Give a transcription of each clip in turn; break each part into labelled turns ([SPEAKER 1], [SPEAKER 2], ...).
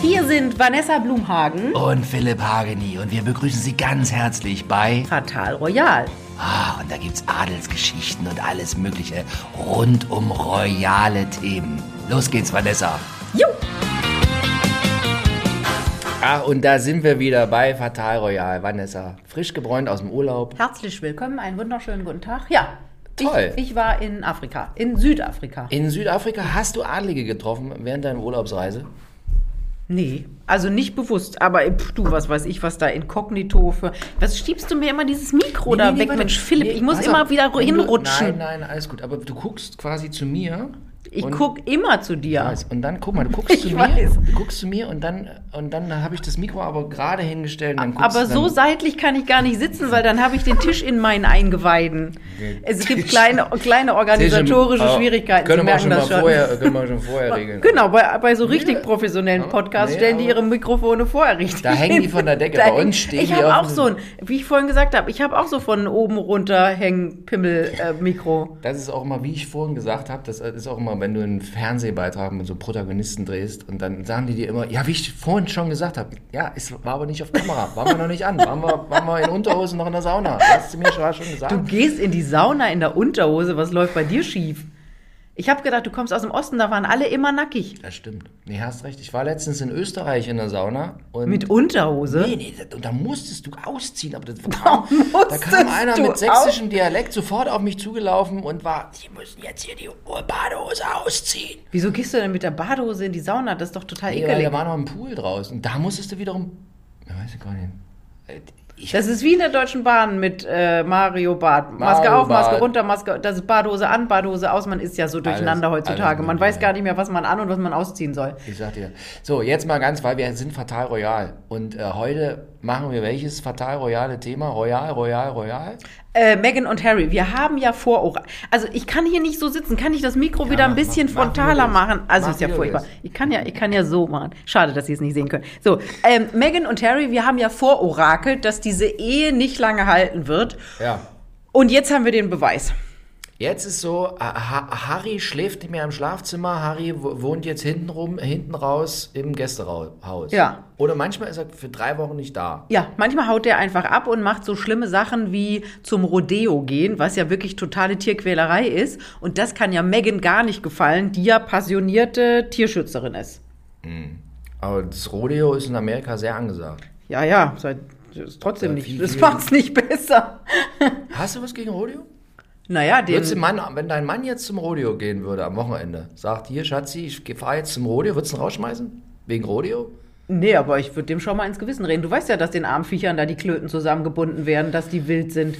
[SPEAKER 1] Hier sind Vanessa Blumhagen,
[SPEAKER 2] Und Philipp Hageni und wir begrüßen Sie ganz herzlich bei.
[SPEAKER 1] Fatal Royal.
[SPEAKER 2] Ah, und da gibt's Adelsgeschichten und alles Mögliche rund um royale Themen. Los geht's, Vanessa.
[SPEAKER 1] Jo!
[SPEAKER 2] Ach, und da sind wir wieder bei Fatal Royal. Vanessa, frisch gebräunt aus dem Urlaub.
[SPEAKER 1] Herzlich willkommen, einen wunderschönen guten Tag. Ja,
[SPEAKER 2] Toll.
[SPEAKER 1] Ich, ich war in Afrika, in Südafrika.
[SPEAKER 2] In Südafrika hast du Adlige getroffen während deiner Urlaubsreise?
[SPEAKER 1] Nee, also nicht bewusst, aber pff, du, was weiß ich, was da inkognito für. Was schiebst du mir immer dieses Mikro da weg,
[SPEAKER 2] warte.
[SPEAKER 1] Mensch, Philipp?
[SPEAKER 2] Nee,
[SPEAKER 1] ich muss
[SPEAKER 2] pass
[SPEAKER 1] immer
[SPEAKER 2] auf.
[SPEAKER 1] wieder
[SPEAKER 2] Wenn du-
[SPEAKER 1] hinrutschen.
[SPEAKER 2] Nein, nein, alles gut. Aber du guckst quasi zu mir.
[SPEAKER 1] ich
[SPEAKER 2] und-
[SPEAKER 1] guck immer zu dir.
[SPEAKER 2] Weiß. Und dann, guck mal, du guckst zu
[SPEAKER 1] Ich
[SPEAKER 2] mir,
[SPEAKER 1] weiß.
[SPEAKER 2] du guckst zu mir und dann, und dann habe ich das Mikro aber gerade hingestellt. Und dann guckst
[SPEAKER 1] Aber
[SPEAKER 2] du
[SPEAKER 1] so
[SPEAKER 2] dann,
[SPEAKER 1] seitlich kann ich gar nicht sitzen, weil dann habe ich den Tisch in meinen Eingeweiden. Es gibt kleine, kleine organisatorische
[SPEAKER 2] Aber
[SPEAKER 1] Schwierigkeiten.
[SPEAKER 2] Können
[SPEAKER 1] Sie
[SPEAKER 2] wir
[SPEAKER 1] merken
[SPEAKER 2] schon
[SPEAKER 1] das
[SPEAKER 2] mal vorher, können wir schon vorher regeln.
[SPEAKER 1] Genau, bei, bei so richtig professionellen
[SPEAKER 2] aber-
[SPEAKER 1] Podcasts
[SPEAKER 2] nee,
[SPEAKER 1] stellen die
[SPEAKER 2] aber-
[SPEAKER 1] ihre Mikrofone vorher richtig.
[SPEAKER 2] Da hängen die von der Decke,
[SPEAKER 1] Da
[SPEAKER 2] bei
[SPEAKER 1] hängen-
[SPEAKER 2] uns stehen
[SPEAKER 1] Ich
[SPEAKER 2] die
[SPEAKER 1] habe auch
[SPEAKER 2] auf dem-
[SPEAKER 1] so ein, wie ich vorhin gesagt habe, ich habe auch so von oben runter hängen äh, Pimmel-Mikro.
[SPEAKER 2] Das ist auch immer, wie ich vorhin gesagt habe, das ist auch immer, wenn du einen Fernsehbeitrag mit so Protagonisten drehst und dann sagen die dir immer, ja, wie ich vorhin schon gesagt habe, ja, es war aber nicht auf Kamera, waren wir noch nicht an, waren wir, waren wir in Unterhosen noch in der Sauna, hast du mir schon, schon gesagt.
[SPEAKER 1] du gehst in die Sauna in der Unterhose, was läuft bei dir schief? Ich habe gedacht, du kommst aus dem Osten, da waren alle immer nackig.
[SPEAKER 2] das stimmt. Nee, hast recht. Ich war letztens in Österreich in der Sauna und
[SPEAKER 1] Mit Unterhose?
[SPEAKER 2] Nee, nee, da, da musstest du ausziehen, aber das kam, da
[SPEAKER 1] musstest
[SPEAKER 2] kam einer
[SPEAKER 1] du
[SPEAKER 2] mit sächsischem Dialekt sofort auf mich zugelaufen und war, Sie müssen jetzt hier die Badehose ausziehen.
[SPEAKER 1] Wieso gehst du denn mit der Badehose in die Sauna? Das ist doch total
[SPEAKER 2] Nee, weil
[SPEAKER 1] ekelig.
[SPEAKER 2] da war noch ein Pool draußen. Da musstest du wiederum. Ja, weiß ich gar nicht. Äh, Ich,
[SPEAKER 1] Das ist wie in der Deutschen Bahn mit äh, Mario Bart. Maske
[SPEAKER 2] Mario
[SPEAKER 1] auf, Maske
[SPEAKER 2] Barth.
[SPEAKER 1] runter, Maske. Das ist Badehose an, Badehose aus. Man ist ja so durcheinander
[SPEAKER 2] Alles-
[SPEAKER 1] heutzutage.
[SPEAKER 2] alles
[SPEAKER 1] man
[SPEAKER 2] mögliche.
[SPEAKER 1] weiß gar nicht mehr, was man an und was man ausziehen soll.
[SPEAKER 2] ich sag dir. So, jetzt mal ganz, weil wir sind Fatal Royal. Und äh, heute machen wir welches Fatal Royale Thema? Royal, Royal, Royal?
[SPEAKER 1] Äh, Megan und Harry, wir haben ja vor. auch- Also ich kann hier nicht so sitzen. Kann ich das Mikro wieder ein
[SPEAKER 2] mach-
[SPEAKER 1] bisschen
[SPEAKER 2] mach- mach, wie
[SPEAKER 1] frontaler
[SPEAKER 2] du willst.
[SPEAKER 1] machen? Also
[SPEAKER 2] Mach,
[SPEAKER 1] ist ja
[SPEAKER 2] wie du
[SPEAKER 1] furchtbar.
[SPEAKER 2] willst.
[SPEAKER 1] Ich kann ja, ich kann ja so machen. Schade, dass Sie es nicht sehen können. So, ähm, Megan und Harry, wir haben ja vororakelt, dass diese Ehe nicht lange halten wird.
[SPEAKER 2] Ja.
[SPEAKER 1] Und jetzt haben wir den Beweis.
[SPEAKER 2] Jetzt ist so, ah, Ha- Harry schläft nicht mehr im Schlafzimmer, Harry wo- wohnt jetzt hinten rum, hinten raus im Gästehaus.
[SPEAKER 1] Ja.
[SPEAKER 2] Oder manchmal ist er für drei Wochen nicht da.
[SPEAKER 1] Ja, manchmal haut der einfach ab und macht so schlimme Sachen wie zum Rodeo gehen, was ja wirklich totale Tierquälerei ist. Und das kann ja Megan gar nicht gefallen, die ja passionierte Tierschützerin ist.
[SPEAKER 2] Aber das Rodeo ist in Amerika sehr angesagt.
[SPEAKER 1] Ja, ja, seit, ist trotzdem
[SPEAKER 2] Ja,
[SPEAKER 1] nicht.
[SPEAKER 2] viel,
[SPEAKER 1] Das
[SPEAKER 2] viel-
[SPEAKER 1] macht's nicht besser.
[SPEAKER 2] Hast du was gegen Rodeo?
[SPEAKER 1] Naja,
[SPEAKER 2] Würdest du
[SPEAKER 1] den.
[SPEAKER 2] Mann, wenn dein Mann jetzt zum Rodeo gehen würde am Wochenende, sagt hier, Schatzi, ich fahre jetzt zum Rodeo, würdest du ihn rausschmeißen? Wegen Rodeo?
[SPEAKER 1] Nee, aber ich würde dem schon mal ins Gewissen reden. Du weißt ja, dass den armen Viechern da die Klöten zusammengebunden werden, dass die wild sind.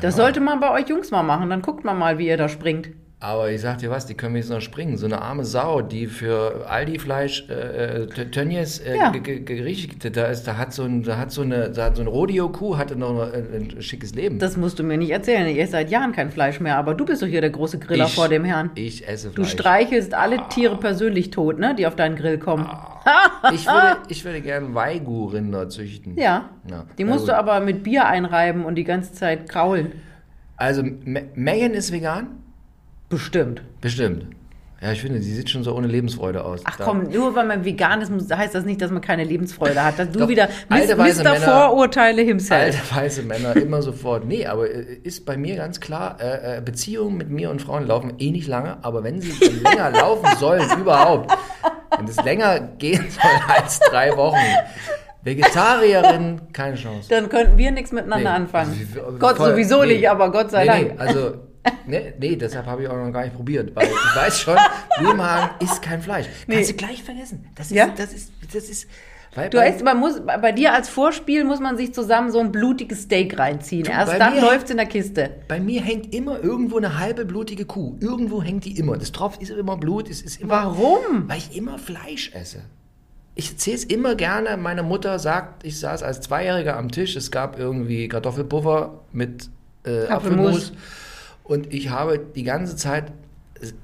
[SPEAKER 1] Das sollte man bei euch Jungs mal machen, dann guckt man mal, wie ihr da springt.
[SPEAKER 2] Aber ich sag dir was, die können jetzt noch springen. So eine arme Sau, die für Aldi-Fleisch, äh, äh, T- Tönnies, äh,
[SPEAKER 1] Ja.
[SPEAKER 2] ge- ge- gerichtet da ist, da hat so, ein, da hat so eine, da hat so eine Rodeo-Kuh, hatte noch ein, ein schickes Leben.
[SPEAKER 1] Das musst du mir nicht erzählen. Ihr esst seit Jahren kein Fleisch mehr, aber du bist doch hier der große Griller
[SPEAKER 2] ich,
[SPEAKER 1] vor dem Herrn.
[SPEAKER 2] Ich esse
[SPEAKER 1] Du
[SPEAKER 2] Fleisch.
[SPEAKER 1] streichelst
[SPEAKER 2] Ah.
[SPEAKER 1] alle Tiere persönlich tot, ne? Die auf deinen Grill kommen.
[SPEAKER 2] Ich würde, ich würde gerne Weigu-Rinder züchten.
[SPEAKER 1] Ja.
[SPEAKER 2] Ja, Also,
[SPEAKER 1] Die
[SPEAKER 2] na
[SPEAKER 1] musst
[SPEAKER 2] gut.
[SPEAKER 1] du aber mit Bier einreiben und die ganze Zeit kraulen.
[SPEAKER 2] Also, Me- Megan ist vegan?
[SPEAKER 1] Bestimmt.
[SPEAKER 2] Bestimmt. Ja, ich finde, sie sieht schon so ohne Lebensfreude aus.
[SPEAKER 1] Ach
[SPEAKER 2] Da-
[SPEAKER 1] komm, nur weil man vegan ist, muss- heißt das nicht, dass man keine Lebensfreude hat. Dass du
[SPEAKER 2] Doch,
[SPEAKER 1] wieder Mis
[SPEAKER 2] alte weiße
[SPEAKER 1] Mr.
[SPEAKER 2] Männer-
[SPEAKER 1] Vorurteile himself.
[SPEAKER 2] Alte weiße Männer immer sofort. Nee, aber äh, ist bei mir ganz klar, äh, äh, Beziehungen mit mir und Frauen laufen eh nicht lange, aber wenn sie dann länger laufen sollen, überhaupt, wenn es länger gehen soll als drei Wochen, Vegetarierin, keine Chance.
[SPEAKER 1] Dann könnten wir nichts miteinander anfangen.
[SPEAKER 2] Nee. also
[SPEAKER 1] Gott
[SPEAKER 2] Voll-
[SPEAKER 1] sowieso
[SPEAKER 2] nee.
[SPEAKER 1] nicht, aber Gott sei
[SPEAKER 2] nee,
[SPEAKER 1] Dank.
[SPEAKER 2] Nee, also, nee, nee deshalb habe ich auch noch gar nicht probiert, weil ich weiß schon, Blümhagen ist kein Fleisch. Kannst du gleich vergessen. Das ist,
[SPEAKER 1] Ja?
[SPEAKER 2] das ist, das ist, weil
[SPEAKER 1] Du
[SPEAKER 2] bei-
[SPEAKER 1] weißt, man muss, bei bei dir als Vorspiel muss man sich zusammen so ein blutiges Steak reinziehen. Erst
[SPEAKER 2] bei
[SPEAKER 1] dann
[SPEAKER 2] mir-
[SPEAKER 1] läuft's in der Kiste.
[SPEAKER 2] Bei mir hängt immer irgendwo eine halbe blutige Kuh. Irgendwo hängt die immer. Das tropft ist immer Blut. Es ist immer,
[SPEAKER 1] Warum?
[SPEAKER 2] Weil ich immer Fleisch esse. Ich erzähle es immer gerne. Meine Mutter sagt, ich saß als Zweijähriger am Tisch. Es gab irgendwie Kartoffelpuffer mit äh,
[SPEAKER 1] Apfelmus.
[SPEAKER 2] Apfelmus. Und ich habe die ganze Zeit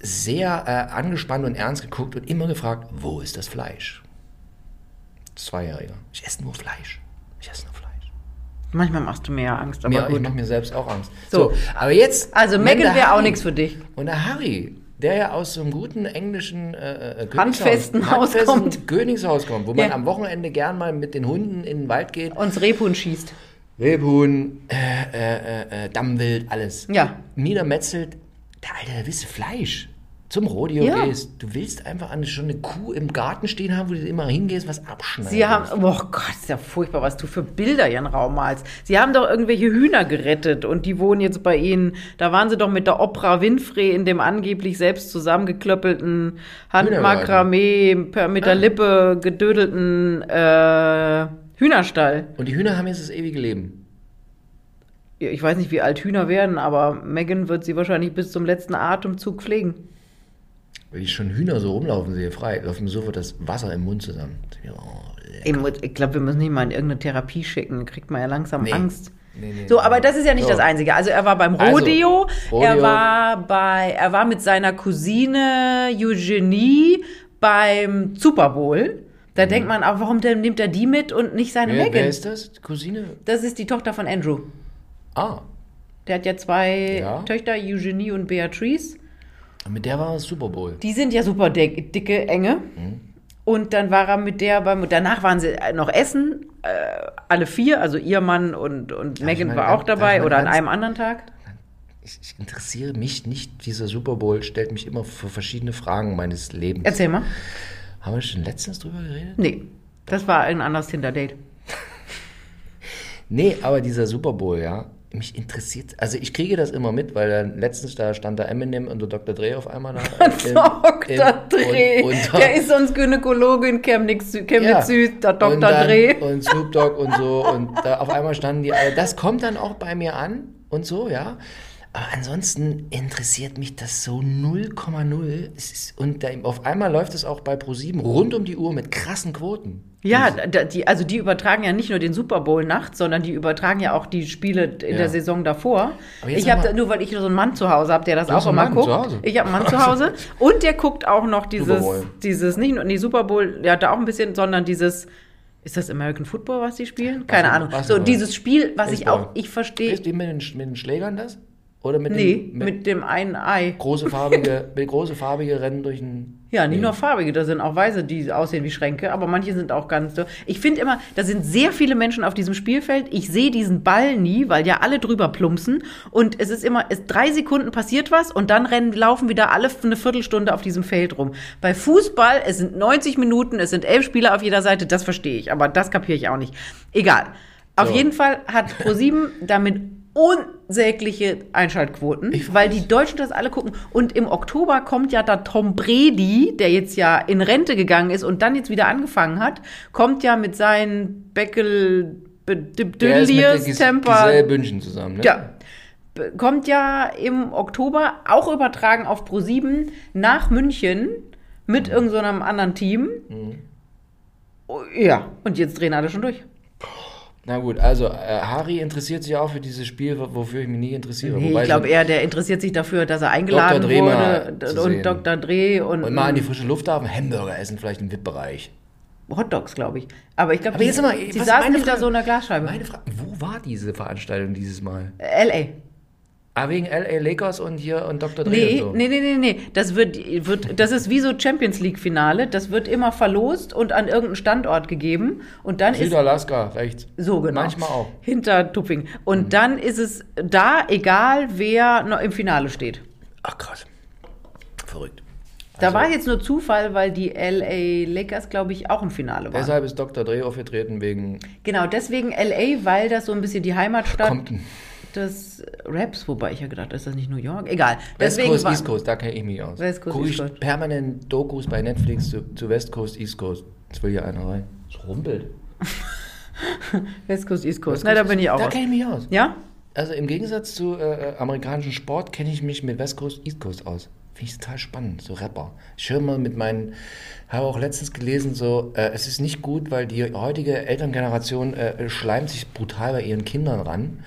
[SPEAKER 2] sehr äh, angespannt und ernst geguckt und immer gefragt, wo ist das Fleisch? Zweijähriger. Ich esse nur Fleisch. Ich esse nur Fleisch.
[SPEAKER 1] Manchmal machst du mir ja Angst, aber
[SPEAKER 2] Mir,
[SPEAKER 1] gut.
[SPEAKER 2] ich mache mir selbst auch Angst.
[SPEAKER 1] So.
[SPEAKER 2] So, aber jetzt.
[SPEAKER 1] Also
[SPEAKER 2] wenn
[SPEAKER 1] Megan
[SPEAKER 2] der
[SPEAKER 1] wäre auch
[SPEAKER 2] Harry-
[SPEAKER 1] nichts für dich.
[SPEAKER 2] und der Harry der ja aus so einem guten englischen äh, äh, Königshaus-
[SPEAKER 1] Handfesten Haus
[SPEAKER 2] handfesten
[SPEAKER 1] kommt.
[SPEAKER 2] Königshaus kommt, wo man
[SPEAKER 1] Ja.
[SPEAKER 2] am Wochenende gern mal mit den Hunden in den Wald geht.
[SPEAKER 1] Uns Rebhuhn schießt.
[SPEAKER 2] Rebhuhn, äh, äh, äh, Dammwild, alles.
[SPEAKER 1] Ja.
[SPEAKER 2] Niedermetzelt, der Alter, der willst du Fleisch. Zum Rodeo
[SPEAKER 1] Ja.
[SPEAKER 2] gehst. Du willst einfach eine, schon eine Kuh im Garten stehen haben, wo du immer hingehst, was abschneidest.
[SPEAKER 1] Sie haben, oh Gott, ist ja furchtbar, was du für Bilder ihren Raum malst. Sie haben doch irgendwelche Hühner gerettet und die wohnen jetzt bei Ihnen. Da waren Sie doch mit der Oprah Winfrey in dem angeblich selbst zusammengeklöppelten Handmakramee per- mit der Lippe gedödelten äh, Hühnerstall.
[SPEAKER 2] Und die Hühner haben jetzt das ewige Leben.
[SPEAKER 1] Ja, Ich weiß nicht, wie alt Hühner werden, aber Megan wird sie wahrscheinlich bis zum letzten Atemzug pflegen.
[SPEAKER 2] Wenn ich schon Hühner so rumlaufen sehe, frei, läuft mir sofort das Wasser im Mund zusammen. Oh,
[SPEAKER 1] Ich, mu- ich glaube, wir müssen ihn mal in irgendeine Therapie schicken, dann kriegt man ja langsam
[SPEAKER 2] Nee.
[SPEAKER 1] Angst.
[SPEAKER 2] Nee, nee,
[SPEAKER 1] so,
[SPEAKER 2] nee,
[SPEAKER 1] aber
[SPEAKER 2] nee.
[SPEAKER 1] das ist ja nicht
[SPEAKER 2] So.
[SPEAKER 1] das Einzige. Also er war beim
[SPEAKER 2] Also,
[SPEAKER 1] Rodeo, er
[SPEAKER 2] Rodeo.
[SPEAKER 1] war bei, er war mit seiner Cousine Eugenie beim Super Bowl. Da denkt man auch, warum denn nimmt er die mit und nicht seine
[SPEAKER 2] Mhm. wer, wer
[SPEAKER 1] Megan?
[SPEAKER 2] ist das? Die Cousine?
[SPEAKER 1] Das ist die Tochter von Andrew.
[SPEAKER 2] Ah,
[SPEAKER 1] Der hat ja zwei
[SPEAKER 2] Ja.
[SPEAKER 1] Töchter, Eugenie und Beatrice.
[SPEAKER 2] mit der war das Super Bowl.
[SPEAKER 1] Die sind ja super dick, dicke, enge.
[SPEAKER 2] Mhm.
[SPEAKER 1] Und dann war er mit der beim. Danach waren sie noch essen, äh, alle vier, also ihr Mann und, und Megan
[SPEAKER 2] meine,
[SPEAKER 1] war auch
[SPEAKER 2] darf- darf
[SPEAKER 1] dabei
[SPEAKER 2] man
[SPEAKER 1] oder an
[SPEAKER 2] ganz-
[SPEAKER 1] einem anderen Tag.
[SPEAKER 2] Ich, ich interessiere mich nicht. Dieser Super Bowl stellt mich immer vor verschiedene Fragen meines Lebens.
[SPEAKER 1] Erzähl mal.
[SPEAKER 2] Haben wir schon letztens drüber geredet?
[SPEAKER 1] Nee, das war ein anderes Tinder-Date.
[SPEAKER 2] Nee, aber dieser Super Bowl, ja, mich interessiert. Also ich kriege das immer mit, weil dann letztens da stand da Eminem und der Dr. Dre auf einmal nach.
[SPEAKER 1] Dr. Dreh. Der ist sonst Gynäkologe in Chemnitz, Chemnitz Süd, der Dr.
[SPEAKER 2] Und, dann-
[SPEAKER 1] Dreh.
[SPEAKER 2] und Snoop Dogg und so. Und da auf einmal standen die alle. Das kommt dann auch bei mir an und so, ja. Aber ansonsten interessiert mich das so 0,0. Es ist- Und da, auf einmal läuft es auch bei ProSieben rund um die Uhr mit krassen Quoten.
[SPEAKER 1] Ja, da, die, also die übertragen ja nicht nur den Super Bowl nachts, sondern die übertragen ja auch die Spiele in
[SPEAKER 2] Ja.
[SPEAKER 1] der Saison davor.
[SPEAKER 2] Aber jetzt
[SPEAKER 1] Ich
[SPEAKER 2] sag
[SPEAKER 1] habe
[SPEAKER 2] mal-
[SPEAKER 1] nur, weil ich so einen Mann zu Hause habe, der das
[SPEAKER 2] hast
[SPEAKER 1] auch
[SPEAKER 2] einen
[SPEAKER 1] immer
[SPEAKER 2] Mann
[SPEAKER 1] guckt.
[SPEAKER 2] zu Hause?
[SPEAKER 1] Ich habe einen Mann zu Hause und der guckt auch noch
[SPEAKER 2] Super
[SPEAKER 1] dieses,
[SPEAKER 2] Bowl.
[SPEAKER 1] dieses nicht nur nee, Super Bowl, der hat da auch ein bisschen, sondern dieses ist das American Football, was die spielen? Keine
[SPEAKER 2] Basketball-
[SPEAKER 1] Ahnung. So
[SPEAKER 2] Basketball.
[SPEAKER 1] dieses Spiel, was ich
[SPEAKER 2] Baseball.
[SPEAKER 1] auch, ich verstehe.
[SPEAKER 2] Ist die mit den, Sch- mit den Schlägern das? Oder mit
[SPEAKER 1] Nee,
[SPEAKER 2] den,
[SPEAKER 1] mit dem einen Ei.
[SPEAKER 2] große farbige, mit große farbige Rennen durch den.
[SPEAKER 1] Ja, nicht nur farbige, da sind auch weiße, die aussehen wie Schränke, aber manche sind auch ganz. dürr. Ich finde immer, da sind sehr viele Menschen auf diesem Spielfeld. Ich sehe diesen Ball nie, weil ja alle drüber plumpsen. Und es ist immer, es, drei Sekunden passiert was und dann rennen, laufen wieder alle f- eine Viertelstunde auf diesem Feld rum. Bei Fußball, es sind 90 Minuten, es sind elf Spieler auf jeder Seite, das verstehe ich, aber das kapiere ich auch nicht. Egal. Auf
[SPEAKER 2] So.
[SPEAKER 1] jeden Fall hat ProSieben damit unsägliche Einschaltquoten weil die Deutschen das alle gucken. Und im Oktober kommt ja da Tom Brady, der jetzt ja in Rente gegangen ist und dann jetzt wieder angefangen hat, kommt ja mit seinen Beckel
[SPEAKER 2] Der ist mit der
[SPEAKER 1] Dülliers
[SPEAKER 2] Gis
[SPEAKER 1] Temper.
[SPEAKER 2] Giselle Bündchen zusammen, ne?
[SPEAKER 1] Ja. B- Kommt ja im Oktober auch übertragen auf Pro7 nach München
[SPEAKER 2] Mhm.
[SPEAKER 1] mit irgendeinem anderen Team. Oh, Ja, und jetzt drehen alle schon durch.
[SPEAKER 2] Na gut, also äh, Harry interessiert sich auch für dieses Spiel, wo- wofür ich mich nie interessiere.
[SPEAKER 1] Nee,
[SPEAKER 2] Wobei
[SPEAKER 1] ich glaube
[SPEAKER 2] so-
[SPEAKER 1] eher, der interessiert sich dafür, dass er eingeladen
[SPEAKER 2] Dr. Dreh mal
[SPEAKER 1] wurde
[SPEAKER 2] zu
[SPEAKER 1] d- und
[SPEAKER 2] sehen.
[SPEAKER 1] Dr. Dreh und,
[SPEAKER 2] Und mal in die frische Luft haben, Hamburger essen, vielleicht im VIP-Bereich.
[SPEAKER 1] Hot Dogs, glaube ich. Aber ich glaube,
[SPEAKER 2] Aber
[SPEAKER 1] die,
[SPEAKER 2] jetzt mal,
[SPEAKER 1] die
[SPEAKER 2] was-
[SPEAKER 1] saßen
[SPEAKER 2] meine
[SPEAKER 1] hinter
[SPEAKER 2] Frage-
[SPEAKER 1] so einer Glasscheibe.
[SPEAKER 2] Meine Frage, wo war diese Veranstaltung dieses Mal?
[SPEAKER 1] Äh, L.A.
[SPEAKER 2] Ah, wegen LA Lakers und hier und Dr. Dre
[SPEAKER 1] Nee,
[SPEAKER 2] und so.
[SPEAKER 1] nee, nee, nee, nee. Das wird, wird, das ist wie so Champions League Finale. Das wird immer verlost und an irgendeinen Standort gegeben. Und dann ist
[SPEAKER 2] Südalaska, rechts.
[SPEAKER 1] So genau.
[SPEAKER 2] Manchmal auch. Mhm.
[SPEAKER 1] Hinter Tupfingen. Und dann ist es da egal, wer noch im Finale steht.
[SPEAKER 2] Ach krass. Verrückt.
[SPEAKER 1] Da
[SPEAKER 2] Also-
[SPEAKER 1] war jetzt nur Zufall, weil die LA Lakers, glaube ich, auch im Finale waren.
[SPEAKER 2] Deshalb ist Dr. Dre aufgetreten wegen
[SPEAKER 1] Genau, deswegen LA, weil das so ein bisschen die Heimatstadt
[SPEAKER 2] Compton.
[SPEAKER 1] des Raps, wobei ich ja gedacht, ist das nicht New York? Egal.
[SPEAKER 2] West
[SPEAKER 1] Deswegen
[SPEAKER 2] Coast,
[SPEAKER 1] war-
[SPEAKER 2] East Coast, da kenne ich mich aus.
[SPEAKER 1] West Coast,
[SPEAKER 2] Guck
[SPEAKER 1] East
[SPEAKER 2] ich
[SPEAKER 1] Coast.
[SPEAKER 2] permanent Dokus bei Netflix zu, zu West Coast, East Coast. Jetzt will hier einer rein. Es rumpelt.
[SPEAKER 1] West Coast, East Coast.
[SPEAKER 2] West
[SPEAKER 1] Na,
[SPEAKER 2] Coast,
[SPEAKER 1] da bin ich auch.
[SPEAKER 2] Da
[SPEAKER 1] aus.
[SPEAKER 2] kenne ich mich aus.
[SPEAKER 1] Ja?
[SPEAKER 2] Also im Gegensatz zu äh, äh, amerikanischem Sport kenne ich mich mit West Coast, East Coast aus. Finde ich total spannend, so Rapper. Ich höre mal mit meinen, habe auch letztens gelesen, so, äh, es ist nicht gut, weil die heutige Elterngeneration äh, schleimt sich brutal bei ihren Kindern ran.